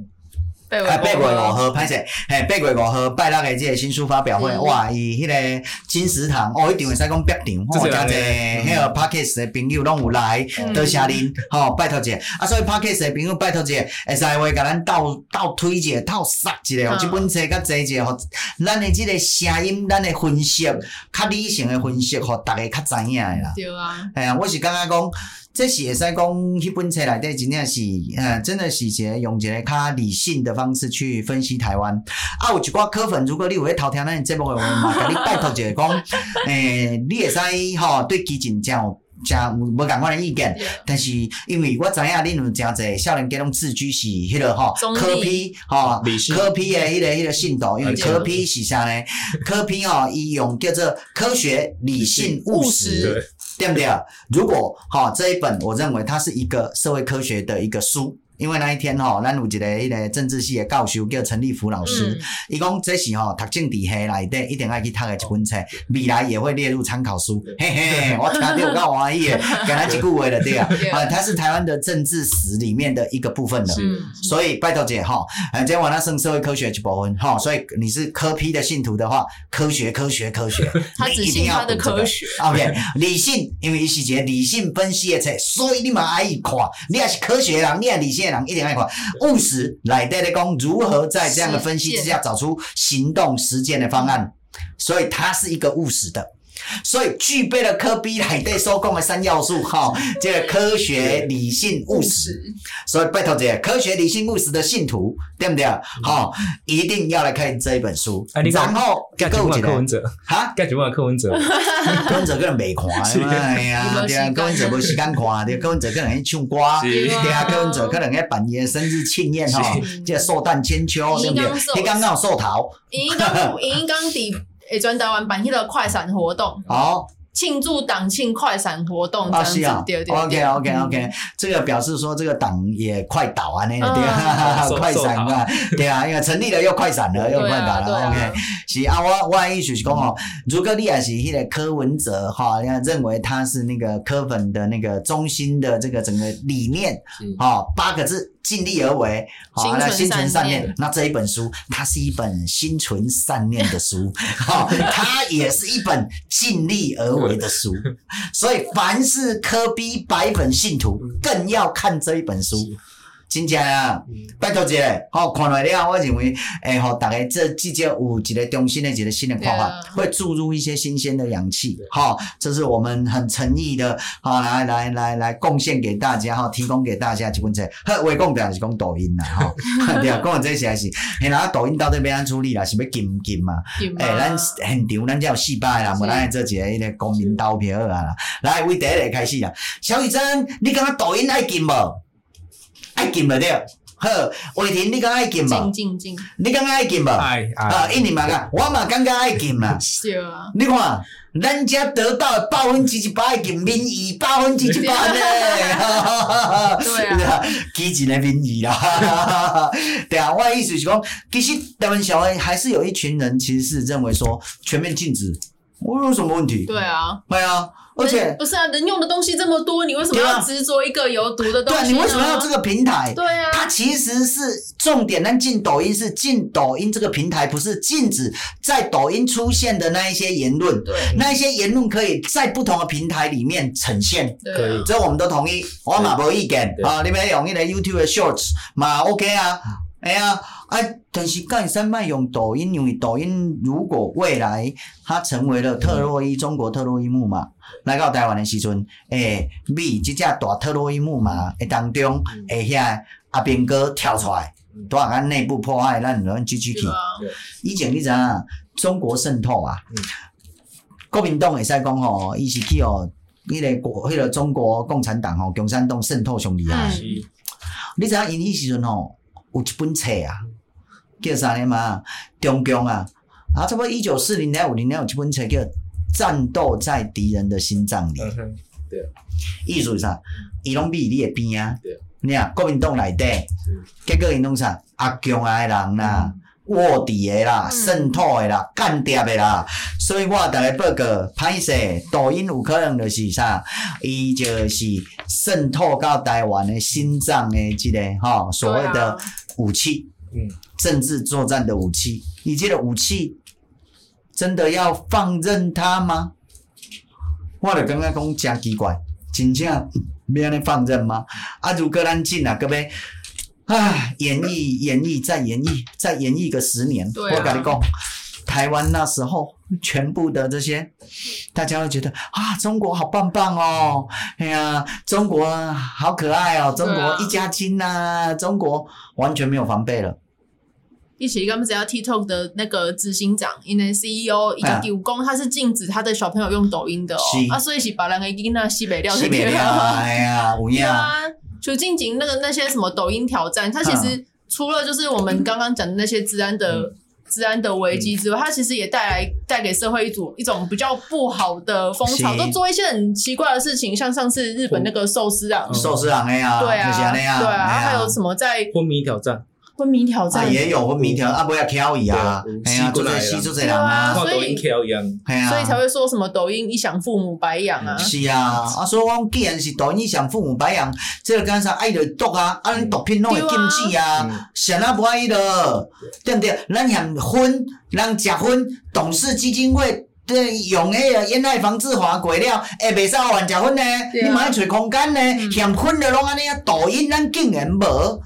Speaker 3: 被
Speaker 1: 啊，八月五
Speaker 3: 我
Speaker 1: 号歹势，嘿，八月五号拜六的即个新书发表会，
Speaker 3: 嗯
Speaker 1: 哇，伊迄个金石堂，哦，一定会使讲八场，吼，
Speaker 4: 这
Speaker 1: 真
Speaker 4: 是
Speaker 1: 济
Speaker 4: 人
Speaker 1: 迄
Speaker 4: 的
Speaker 1: 个 p a r k e s 的朋友拢有来，
Speaker 3: 嗯
Speaker 1: 多谢恁，吼，拜托者，啊，所以 p a r k e s 的朋友拜托者，会使话甲咱斗斗推者，斗杀一下，
Speaker 3: 嗯
Speaker 1: 互即本册较济者，互咱的即个声音，咱的分析，较理性的分析，互逐个较知影的啦。
Speaker 3: 对啊，
Speaker 1: 哎呀，我是感觉讲，这是会使讲，迄本册内底真正是，呃，真的是一个用一个较理性的方式去分析台湾。啊，有一寡科粉，如果你有咧偷听咱的节目的话，嘛，甲你拜托一下讲， 诶、你会使吼对基情真有真有无共款的意见。
Speaker 3: 对
Speaker 1: 但是因为我知影恁有真侪少年家拢自居是迄落吼
Speaker 3: 中立
Speaker 1: 科批吼
Speaker 4: 理性
Speaker 1: 科批的迄个迄个信徒，因为
Speaker 4: 啊
Speaker 1: 科批是啥呢？科批吼，伊用叫做科学、理性、务
Speaker 3: 务
Speaker 1: 实
Speaker 3: 实。
Speaker 4: 嗯
Speaker 1: 对
Speaker 4: 对，
Speaker 1: 不对？如果哈、这一本，我认为它是一个社会科学的一个书，因为那一天哈、咱有一个迄个政治系的教授叫陈立福老师
Speaker 3: 嗯，，
Speaker 1: 伊讲、这是吼、读政治系内底一定爱去读的一本册，未来也会列入参考书。嘿嘿，我听到有够欢喜的，讲他一句话了对啊
Speaker 3: 嗯对，
Speaker 1: 啊，它是台湾的政治史里面的一个部分了。
Speaker 3: 嗯，
Speaker 1: 所以拜托姐哈，呃，今天晚上上社会科学一部分哈，所以你是科批的信徒的话，科学科学科学，
Speaker 3: 他
Speaker 1: 你
Speaker 3: 只
Speaker 1: 一定
Speaker 3: 信
Speaker 1: 要
Speaker 3: 他的
Speaker 1: 读这啊个
Speaker 3: 科学，
Speaker 1: OK，理性，因为伊是一个理性分析的册，所以你嘛爱伊看。你也是科学人，你也理性界人一定爱看。务实来对的讲，如何在这样的分析之
Speaker 3: 实
Speaker 1: 下找出行动实践的方
Speaker 3: 嗯
Speaker 1: 案，所以它是一个务实的。所以具备了科比来对所讲的三要素，哈，这个科学、理性、务实。所以拜托姐，科学、理性、务实的信徒，对不对？好、一定要来看这一本书。
Speaker 4: 嗯啊你讲
Speaker 1: 然后
Speaker 4: 盖
Speaker 1: 还
Speaker 4: 全
Speaker 1: 有
Speaker 4: 部
Speaker 1: 一个
Speaker 4: 柯文哲，
Speaker 1: 哈，
Speaker 4: 盖全部柯文哲，
Speaker 1: 柯文哲可能没看， 哎
Speaker 3: 没
Speaker 1: 呀，
Speaker 3: 时
Speaker 1: 对啊，
Speaker 3: 间
Speaker 1: 柯文哲无时间看，对，柯啊文哲可能去唱歌，
Speaker 4: 是
Speaker 1: 对啊，柯文哲可能在办伊的生日庆宴吼，即寿诞千秋，对不对
Speaker 3: 伊刚寿？
Speaker 1: 你刚刚有寿桃，
Speaker 3: 因刚因刚伫会转台湾办迄个快闪活动，
Speaker 1: 哦，
Speaker 3: 庆祝党庆快闪活动这
Speaker 1: 啊
Speaker 3: 样子
Speaker 1: 是啊，
Speaker 3: 对对嗯对
Speaker 1: OK OK OK，这个表示说这个党也快倒啊，那个对啊，
Speaker 4: 嗯
Speaker 1: 快闪啊，对啊，因为成立了又快闪了，又
Speaker 3: 对
Speaker 1: 快倒
Speaker 3: 啊对
Speaker 1: 了，OK
Speaker 3: 啊。，
Speaker 1: 是啊，我我的意思是讲哦，如果你也是迄个柯文哲哈，要认为他是那个柯粉的那个中心的这个整个理念
Speaker 4: 是，
Speaker 1: 哦，八个字尽力而为，好、
Speaker 3: 心存
Speaker 1: 那心存善
Speaker 3: 善
Speaker 1: 念
Speaker 3: 念。
Speaker 1: 那这一本书，它是一本心存善念的书，好、它也是一本尽力而为的书。所以，凡是科比白粉信徒，更要看这一本书。真正啊，
Speaker 4: 嗯
Speaker 1: 拜托一下，吼、看落了，我认为，诶、吼，大家这至少有一个中心的一个新的看法，
Speaker 3: 对啊
Speaker 1: 会注入一些新鲜的氧气，哈、这是我们很诚意的，哈、来来来来贡献给大家，哈、提供给大家这本册。呵，我讲的也是讲抖音啦，哈、 对啊，讲的这些也是，嘿，然后抖音到底要安处理啦，是要禁唔禁嘛？
Speaker 3: 嗯
Speaker 1: 诶、哎咱现场咱才有四百个人，无咱来做一个迄个公民投票啊啦。来，为第一个开始啦。小雨珍，你感觉抖音爱禁无？爱禁无对？好，伟霆，你感觉爱禁
Speaker 3: 静
Speaker 1: 无？
Speaker 3: 静静，
Speaker 1: 你感觉爱禁无？啊，
Speaker 4: 哎哎，
Speaker 1: 印尼嘛个，我嘛感觉爱禁啦。
Speaker 3: 对 啊，。
Speaker 1: 你看，咱遮得到的百分之一百的禁民意，百分之一百呢
Speaker 3: 对啊，
Speaker 1: 基层的民意啦。 对啊，我的意思是讲，其实台湾小孩还是有一群人，其实是认为说全面禁止，我有什么问题？
Speaker 3: 对啊，
Speaker 1: 对啊，而且
Speaker 3: 人不是啊，人用的东西这么多，你为什么
Speaker 1: 对啊
Speaker 3: 要执着一个有毒的东
Speaker 1: 对啊，
Speaker 3: 西？
Speaker 1: 你为什么要这？个平台？
Speaker 3: 对啊，
Speaker 1: 它其实是重点，但进抖音是进抖音这个平台，不是禁止在抖音出现的那一些言论。
Speaker 3: 对
Speaker 1: 那一些言论可以在不同的平台里面呈现，
Speaker 4: 可
Speaker 3: 对
Speaker 4: 以
Speaker 3: 啊，
Speaker 1: 这我们都同意，我嘛无意见
Speaker 4: 嗯对
Speaker 1: 啊。你要用迄个 YouTube 的 Shorts 嘛 OK 啊，哎呀啊，但是干三卖用抖音，因为抖音如果未来它成为了特洛伊、中国特洛伊木马来到台湾的时阵，诶、米即只大特洛伊木马的当中，会遐阿兵哥跳出来
Speaker 4: 嗯，
Speaker 1: 多咱内部破坏，咱咱 G G 去
Speaker 3: 对。啊，
Speaker 1: 以前你知影中国渗透啊，
Speaker 4: 嗯
Speaker 1: 国民党会使讲吼，伊是去哦，迄个国，迄个中国共产党吼，共产党渗透上厉害。
Speaker 3: 嗯
Speaker 4: 是
Speaker 1: 你知影因迄时阵吼，有一本册啊，叫啥呢嘛？中共啊，啊，差不多一九四零年、五零年有一本册叫《战斗在敌人的心脏里》
Speaker 4: 嗯，哼，
Speaker 1: 意思是啥？
Speaker 3: 嗯
Speaker 1: 伊拢比你的边啊
Speaker 4: 对，
Speaker 1: 你啊，国民党内底，结果因拢啥？阿强的人啦、卧底的啦、
Speaker 3: 嗯
Speaker 1: 渗透的啦、间谍的啦，所以我逐个报告，歹势，抖音有可能就是啥，伊就是渗透到台湾的心脏的即、个吼、所谓
Speaker 3: 对啊
Speaker 1: 的武器，
Speaker 4: 嗯，
Speaker 1: 政治作战的武器，你这个武器真的要放任它吗？我就感觉讲真奇怪，真正要安尼放任吗？啊，如果咱进啊，各位。啊，演绎演绎再演绎再演绎个十年，
Speaker 3: 对啊
Speaker 1: 我跟你讲，台湾那时候全部的这些，大家会觉得啊，中国好棒棒哦，哎呀，中国好可爱哦，中
Speaker 3: 对啊
Speaker 1: 国一家亲呐、中国完全没有防备了。
Speaker 3: 一起刚们只要 TikTok 的那个执行长，因为 E CEO 一
Speaker 1: 啊
Speaker 3: 个丢工，他是禁止他的小朋友用抖音的哦
Speaker 1: 是，
Speaker 3: 啊，所以是把人给囡仔西北料
Speaker 1: 西北料啊，哎 呀，有
Speaker 3: 对
Speaker 1: 影
Speaker 3: 啊，就近景那个那些什么抖音挑战，它其
Speaker 1: 嗯
Speaker 3: 实除了就是我们刚刚讲的那些治安的、治安的危机之外，它其实也带来带给社会一组一种比较不好的风潮，
Speaker 1: 是
Speaker 3: 都做一些很奇怪的事情，像上次日本那个寿司啊，
Speaker 1: 寿司郎哎呀，
Speaker 3: 对啊，
Speaker 1: 就是安
Speaker 3: 对
Speaker 1: 尼啊，
Speaker 3: 啊，
Speaker 1: 哎呀
Speaker 3: 还有什么在
Speaker 4: 昏迷挑战，
Speaker 3: 昏迷挑
Speaker 1: 啊
Speaker 3: 战
Speaker 1: 也有昏迷条
Speaker 3: 嗯
Speaker 1: 啊，不要挑伊啊
Speaker 4: 对有，
Speaker 1: 哎呀，
Speaker 4: 吸
Speaker 1: 做
Speaker 4: 过来
Speaker 1: 这
Speaker 4: 的
Speaker 1: 吸做这人啊，
Speaker 4: 跨
Speaker 3: 所以
Speaker 4: 抖音 K 一样，
Speaker 1: 哎呀，
Speaker 3: 所以才会说什么抖音一响父母白养啊，
Speaker 1: 是啊，啊，所以讲，既然是抖音上父母白养，这个干啥爱着毒啊，啊，咱毒品拢会禁止
Speaker 4: 对
Speaker 1: 啊
Speaker 4: 啊，
Speaker 1: 谁啊不爱的，对不对？咱嫌荤，咱食荤，董事基金会对，用迄个烟害防治法过了，会袂使互人食薰呢？
Speaker 3: 对啊嗯
Speaker 1: 你嘛要找空间呢？嫌薰的拢安尼啊，抖音咱竟然无。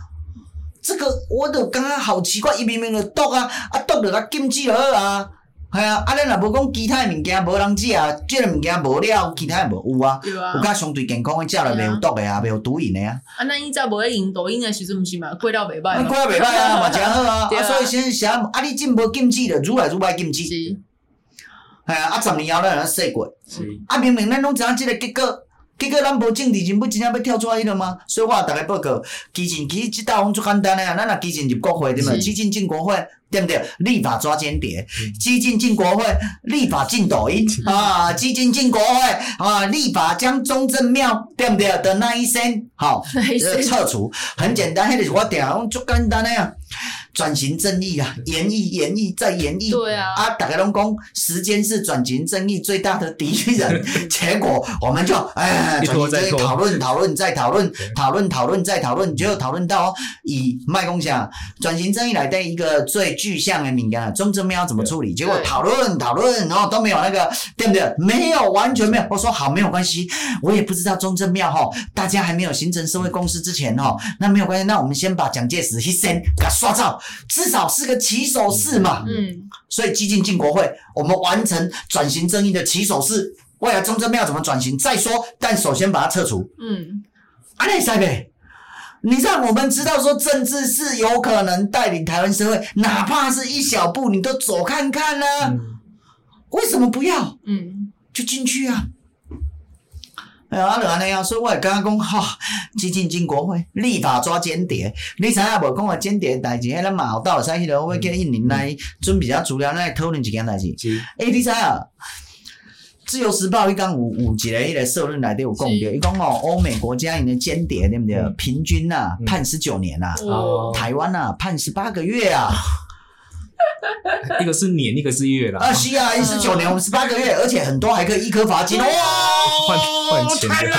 Speaker 1: 这个我都感觉好奇怪，伊明明就毒啊，啊毒就甲禁止就好啊，系啊，啊咱若无讲其他的物件无人食啊，即、个物件无了，其他的无有啊，
Speaker 3: 对啊
Speaker 1: 有，较相对健康的食了袂
Speaker 3: 对啊
Speaker 1: 有毒的啊，袂有毒瘾的啊。
Speaker 3: 啊，咱以前无咧用抖音的时阵，毋是嘛，过了袂
Speaker 1: 啊，
Speaker 3: 歹嘛，
Speaker 1: 过啊袂歹 啊，嘛真好啊。
Speaker 3: 对
Speaker 1: 啊，
Speaker 3: 啊
Speaker 1: 所以先啥，啊你进无禁止就愈来愈歹禁止。
Speaker 3: 是
Speaker 1: 系啊，啊十年后咱有说过，
Speaker 4: 是
Speaker 1: 啊明明咱拢知影即个结果，结果咱无政治人物真正要跳出来迄落吗？所以我也逐个报告，基进其实即道拢最简单诶啊，咱若基进入国会对毋对？
Speaker 3: 是嗯
Speaker 1: 基进进国会对毋对？立法抓间谍，基进进国会，立法进抖音啊，基进进国会啊，立法将中正庙对毋对的那一声好。
Speaker 3: 那一
Speaker 1: 呃，
Speaker 3: 些
Speaker 1: 撤除很简单，迄就是我定讲足简单诶啊，转型正义啊，演绎演绎再演绎。
Speaker 3: 对啊
Speaker 1: 啊，大家拢讲时间是转型正义最大的敌 人，结果我们就哎，
Speaker 4: 一
Speaker 1: 转
Speaker 4: 拖
Speaker 1: 型
Speaker 4: 再
Speaker 1: 正义
Speaker 4: 拖
Speaker 1: 讨论讨论再讨论
Speaker 4: 对，
Speaker 1: 讨论讨论再讨论，结果讨论到哦以卖公想转型正义来的一个最具象的敏感，中正面要怎么处理？结果
Speaker 3: 对
Speaker 1: 讨论讨论，然后都没有那个，对不对？没有，完全没有。我说好，没有关系，我也不知道中正庙哈，大家还没有形成社会共识之前哈，那没有关系，那我们先把蒋介石一生给他刷照，至少是个起手式嘛。
Speaker 3: 嗯，
Speaker 1: 所以激进进国会，我们完成转型正义的起手式。未来中正庙怎么转型再说，但首先把它撤除。
Speaker 3: 嗯，
Speaker 1: 阿内塞北，你让我们知道说政治是有可能带领台湾社会，哪怕是一小步，你都走看看呢、啊
Speaker 4: 嗯
Speaker 1: 为什么不要？
Speaker 3: 嗯，
Speaker 1: 就进去啊。哎呀，啊，就安尼啊，所以我也刚刚讲吼，激进进国会，立法抓间谍。你知影无？讲个间谍的代志，迄咱嘛有道使迄个，我要叫印尼来准备一下资料，咱来讨论一件代志。
Speaker 4: 是
Speaker 1: 诶、哎你知影？《自由时报》伊讲有有一个迄个社论内底有讲到，
Speaker 3: 是
Speaker 1: 伊讲哦，欧美国家因的间谍对毋对？
Speaker 4: 嗯
Speaker 1: 平均啊
Speaker 4: 嗯
Speaker 1: 判十九年啊，
Speaker 3: 哦
Speaker 4: 哦，
Speaker 1: 台湾啊判十八个月 啊。
Speaker 4: 一个是年，一个是月啦。
Speaker 1: 啊，是啊，一十九年，我们十八个月，而且很多还可以一颗罚金哦。
Speaker 4: 嗯换换钱
Speaker 1: 太
Speaker 4: 的
Speaker 1: 了，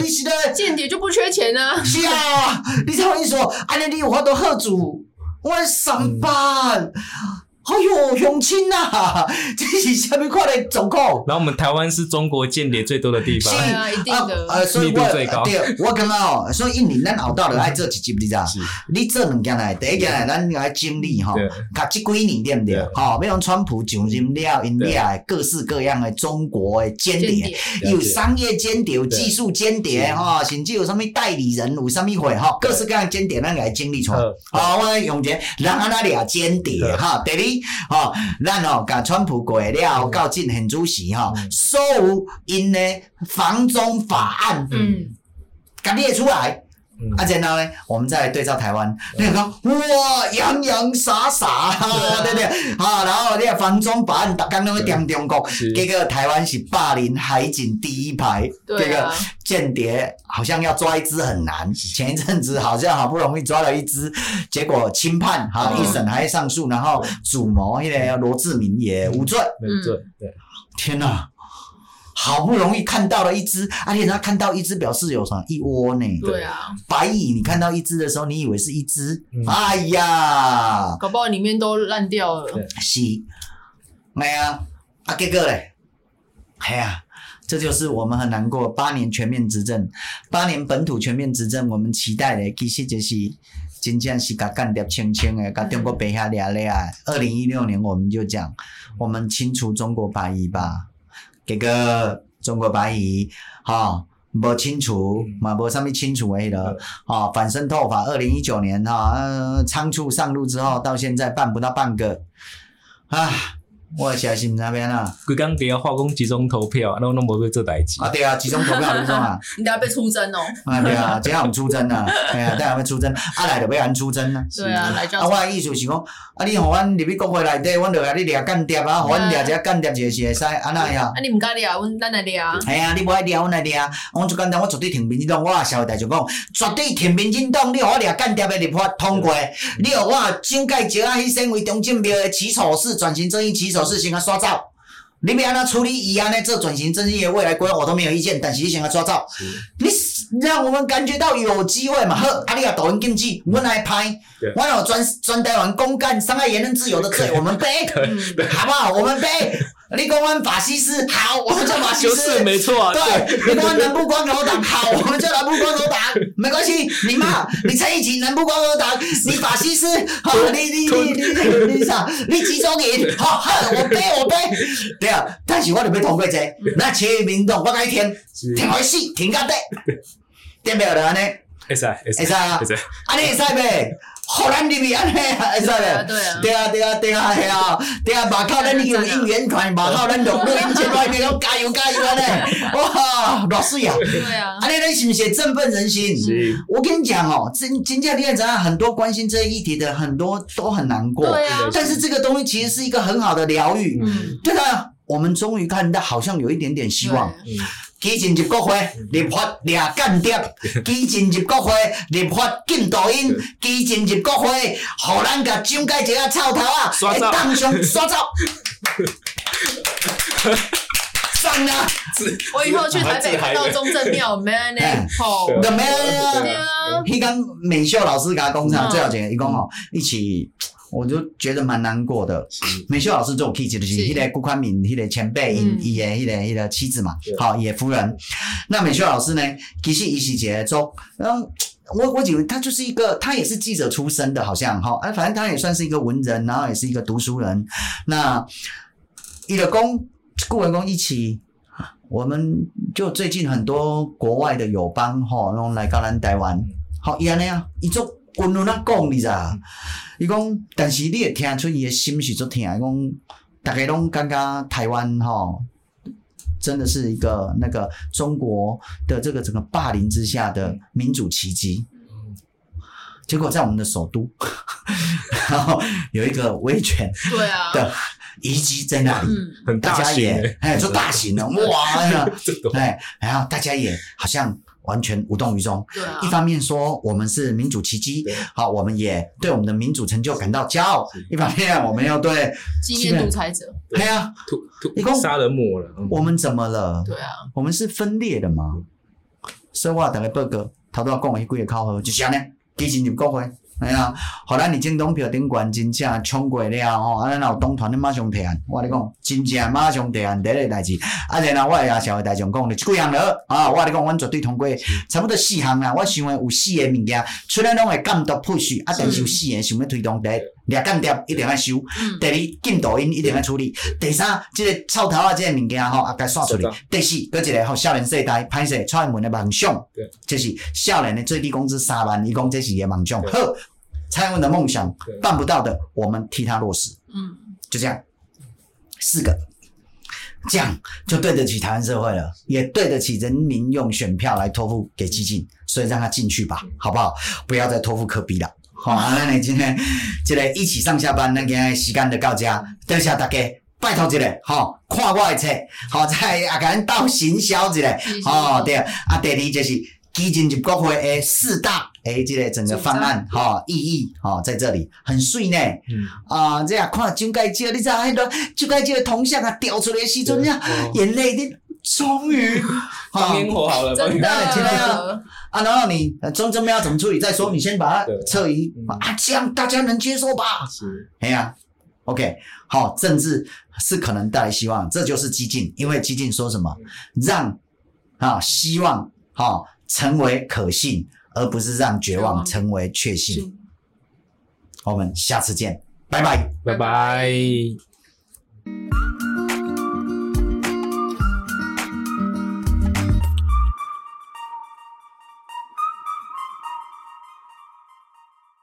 Speaker 1: 你是的，
Speaker 3: 间谍就不缺 钱啊，
Speaker 1: 是啊，你才会说，安尼你有法度喝主，我要上
Speaker 4: 嗯
Speaker 1: 班。哎哟，乡亲啊， 这是什么款的状况？
Speaker 4: 然后我们台湾是中国间谍最多的地方
Speaker 1: 是，
Speaker 3: 对啊，一定
Speaker 1: 啊
Speaker 3: 的，，
Speaker 1: 呃，所以
Speaker 4: 密度
Speaker 1: 我
Speaker 4: 最高
Speaker 1: 对，我感觉哦，所以印尼咱后道就爱做一集，你知道？
Speaker 4: 是
Speaker 1: 你做两件来，第一件来，咱来经历吼
Speaker 4: 对，
Speaker 1: 甲即几年对不对
Speaker 4: 对？
Speaker 1: 吼，比如川普上任了，因俩各式各样的中国的间
Speaker 3: 间
Speaker 1: 谍，
Speaker 3: 谍，
Speaker 1: 有商业间谍，有技术间谍，
Speaker 4: 对
Speaker 1: 吼，甚至有什么代理人，有什么会，吼，各式各样的间谍，咱来经历出来。
Speaker 4: 嗯
Speaker 1: 好，我用一个咱啊那俩间谍
Speaker 4: 对
Speaker 1: 哈，第二吼，咱吼甲川普过了，
Speaker 4: 嗯
Speaker 1: 到进行主席吼，
Speaker 4: 嗯
Speaker 1: 所有因的防中法案
Speaker 3: 嗯，
Speaker 1: 甲列出来，
Speaker 4: 嗯
Speaker 1: 啊，然后呢，我们再来对照台湾，你讲哇洋洋洒洒，
Speaker 4: 嗯
Speaker 1: 对不对？啊，然后你个防中法案，逐工拢要点中国，
Speaker 4: 是
Speaker 1: 结果台湾是霸凌海景第一排，这
Speaker 3: 对
Speaker 1: 个
Speaker 3: 啊，
Speaker 1: 间谍好像要抓一只很难，前一阵子好像好不容易抓了一只，结果轻判哈，
Speaker 3: 嗯
Speaker 1: 一审还上诉，然后主谋那个罗志明也无罪，
Speaker 4: 对对
Speaker 1: 嗯
Speaker 4: 对，
Speaker 1: 天哪、好不容易看到了一只，而且他看到一只表示有什么一窝呢？
Speaker 3: 对啊，
Speaker 1: 白蚁，你看到一只的时候，你以为是一只，
Speaker 4: 嗯
Speaker 1: 哎呀，
Speaker 3: 搞不好里面都烂掉了，
Speaker 4: 对
Speaker 1: 是，哎呀，啊，结果嘞，哎呀，这就是我们很难过。八年全面执政，八年本土全面执政，我们期待的其实就是真正是甲干掉清清的，甲中国白下掠掠的。二零一六年我们就讲，我们清除中国白蚁吧，结果中国白蚁，哈、无清除
Speaker 4: 嗯，
Speaker 1: 嘛无啥物清除的迄、落
Speaker 4: 嗯，
Speaker 1: 哦，反渗透法，二零一九年哈、呃仓促上路之后，到现在办不到半个，啊，我小心那边啊，
Speaker 4: 规工伫遐化工集中投票，然后拢无去做代志。
Speaker 1: 啊对啊，集中投票就是啊，
Speaker 3: 你等下被出征哦，
Speaker 1: 啊对啊，这样我们出征啊，哎呀，带我们出征，啊来就要俺出征啊。
Speaker 3: 对啊，来
Speaker 1: 啊，
Speaker 3: 叫
Speaker 1: 我的意思是讲，啊，你互阮入去国会内底，阮就甲你掠间谍啊，互阮掠一下间谍就是会使，安那呀
Speaker 3: 啊，？你唔敢掠，阮咱来掠，啊
Speaker 1: 哎呀，你无爱掠，阮来掠。啊我最简单，我绝对挺民进党，我也小代就讲，绝对挺民进党。你互我掠间谍的立法通过，你互我蒋介石啊，迄身为中正庙的起手式转型正义起手式先甲刷走。你要安怎处理伊安尼做转型正义的未来规划，我都没有意见，但是你先甲抓走。你让我们感觉到有机会嘛？好，啊，你啊抖音禁止，阮来拍
Speaker 4: 对，
Speaker 1: 我 有专专台湾公干伤害言论自由的罪，我们背，
Speaker 3: 嗯，
Speaker 1: 好不好？我们背。你讲我们法西斯好，我们叫法西
Speaker 4: 就
Speaker 1: 斯。
Speaker 4: 是没错啊，对，
Speaker 1: 对，你光南部光头党好，我们叫南部光头党，没关系，你骂你陈以勤南部光头党，你法西斯，好，你你你你你啥，你集中营，好，好，我背我背，对啊，但是我就要通过这，那全民动，我改天停开始，停到底，对袂了安尼，
Speaker 4: 会使会
Speaker 1: 会
Speaker 4: 使
Speaker 1: 使啊
Speaker 4: 会，使，
Speaker 1: 安尼会使袂？好咱入去安尼会使
Speaker 3: 对
Speaker 1: 袂
Speaker 3: 啊，？对啊，
Speaker 1: 对啊，对啊，对啊，系啊，对啊，马靠咱有应援团，马靠咱录录音节外面都加油加油安尼，哇，偌水啊！
Speaker 3: 对啊，
Speaker 1: 安尼咱是不是也振奋人心？
Speaker 4: 是
Speaker 1: 我跟你讲哦，真真正你也知道，很多关心这一议题的很多都很难过，
Speaker 3: 对啊，
Speaker 1: 但是这个东西其实是一个很好的疗愈。
Speaker 3: 嗯，
Speaker 1: 对啊，我们终于看到好像有一点点希望。
Speaker 3: 对嗯
Speaker 1: 基进入国会，立啊法掠间 谍；基进入国会，立法禁抖音；基进入国会，互咱甲蒋介石啊臭头啊，
Speaker 4: 刷走
Speaker 1: 当上刷 走。上啊！
Speaker 3: 我以后去台北看到中正庙 ，man 呢，吼，
Speaker 4: 嗯啊
Speaker 1: The man
Speaker 3: 对啊，
Speaker 1: 迄刚美秀老师甲我讲啥，
Speaker 3: 嗯
Speaker 1: 最后一个伊讲哦，一起。我就觉得蛮难过的。美秀老师做 K 就是
Speaker 3: 是
Speaker 1: 迄个顾宽敏，迄个前辈，
Speaker 3: 嗯
Speaker 1: 伊的迄个迄个妻子嘛，
Speaker 4: 对
Speaker 1: 好，伊的夫人。那美秀老师呢，其实伊是一个做，然后我我以为他就是一个，他也是记者出身的，好像哈，啊，反正他也算是一个文人，然后也是一个读书人。那伊的公顾文公一起，我们就最近很多国外的友邦吼，拢来到咱台湾，吼伊安尼啊，伊做温润啊讲你咋？伊讲，但是你会听出伊的心是足疼，伊讲，大家拢感觉台湾吼。真的是一个那个中国的这个整个霸凌之下的民主奇迹，结果在我们的首都， 然后有一个威权
Speaker 3: 对啊，
Speaker 1: 的遗迹在那里，
Speaker 3: 嗯，
Speaker 4: 很
Speaker 1: 大
Speaker 4: 大
Speaker 1: 家
Speaker 4: 型
Speaker 1: 也
Speaker 4: 欸，
Speaker 1: 哎，就大型的哇，哎 呀，
Speaker 4: 这种
Speaker 1: 哎，然后大家也好像完全无动于衷。
Speaker 3: 对啊
Speaker 1: 一，方面说我们是民主奇迹
Speaker 4: 对，
Speaker 1: 好，我们也对我们的民主成就感到骄傲；一方面我们要对，
Speaker 3: 纪念独裁者，
Speaker 1: 哎呀，
Speaker 4: 屠
Speaker 1: 一共
Speaker 4: 屠杀人魔了，嗯
Speaker 1: 我们怎么了？
Speaker 3: 对啊，
Speaker 1: 我们是分裂的嘛？所以我大概报告，头拄仔讲的迄几个口号，就是安尼，基进入国会，哎呀，互咱伫政党票顶悬真正冲过了吼，啊，咱若有党团，你马上提案，我跟你讲，真正马上提案第一个代志，啊，然后我会甲社会大众讲，就几项了，啊，我跟你讲，阮绝对通过，差不多四项啦，我想的有四个物件，虽然拢会监督 push，啊，但是有四个想要推动，第一，掠间谍一定要收。
Speaker 3: 嗯，
Speaker 1: 第二，禁抖音一定要处理；第三，即、个臭头啊，即个物件吼，啊，该煞处理
Speaker 4: 是的；
Speaker 1: 第四，搁一个吼，少年世代歹势出门的梦想
Speaker 4: 对，
Speaker 1: 这是少年的最低工资三万，伊讲这是伊的梦想。
Speaker 4: 对
Speaker 1: 好，蔡英文的梦想
Speaker 4: 对
Speaker 1: 办不到的，我们替他落实，
Speaker 3: 嗯，
Speaker 1: 就这样，四个。这样就对得起台湾社会了，也对得起人民用选票来托付给激进，所以让他进去吧，好不好？不要再托付科比了。好、啊，那你今天即个一起上下班，咱今日时间就到遮，多谢大家，拜托一下，吼、看我的册，吼、再也甲咱斗行销一下
Speaker 3: 是，是
Speaker 1: 吼、对，啊，第二就是基进入国会的四大诶，即个整个方案，吼、意义，吼、在这里很水呢，
Speaker 4: 嗯
Speaker 1: 啊、这样看蒋介石，你知影迄个蒋介石的铜像啊掉出来的时阵，你知道
Speaker 4: 哦
Speaker 1: 眼泪你终 于，
Speaker 4: 放
Speaker 1: 吼
Speaker 4: 烟火好 了，放
Speaker 3: 真
Speaker 4: 烟
Speaker 3: 的
Speaker 4: 火
Speaker 1: 那今天要，啊，然后你呃中正要怎么处理再说，你先把它
Speaker 4: 对
Speaker 1: 撤移
Speaker 4: 嗯
Speaker 1: 啊，这样大家能接受吧？
Speaker 4: 是
Speaker 1: 哎呀、o k 好，政治是可能带来希望，这就是激进，因为激进说什么，让啊希望好、成为可信，而不是让绝望成为确信。我们下次见，拜拜。
Speaker 4: 拜拜。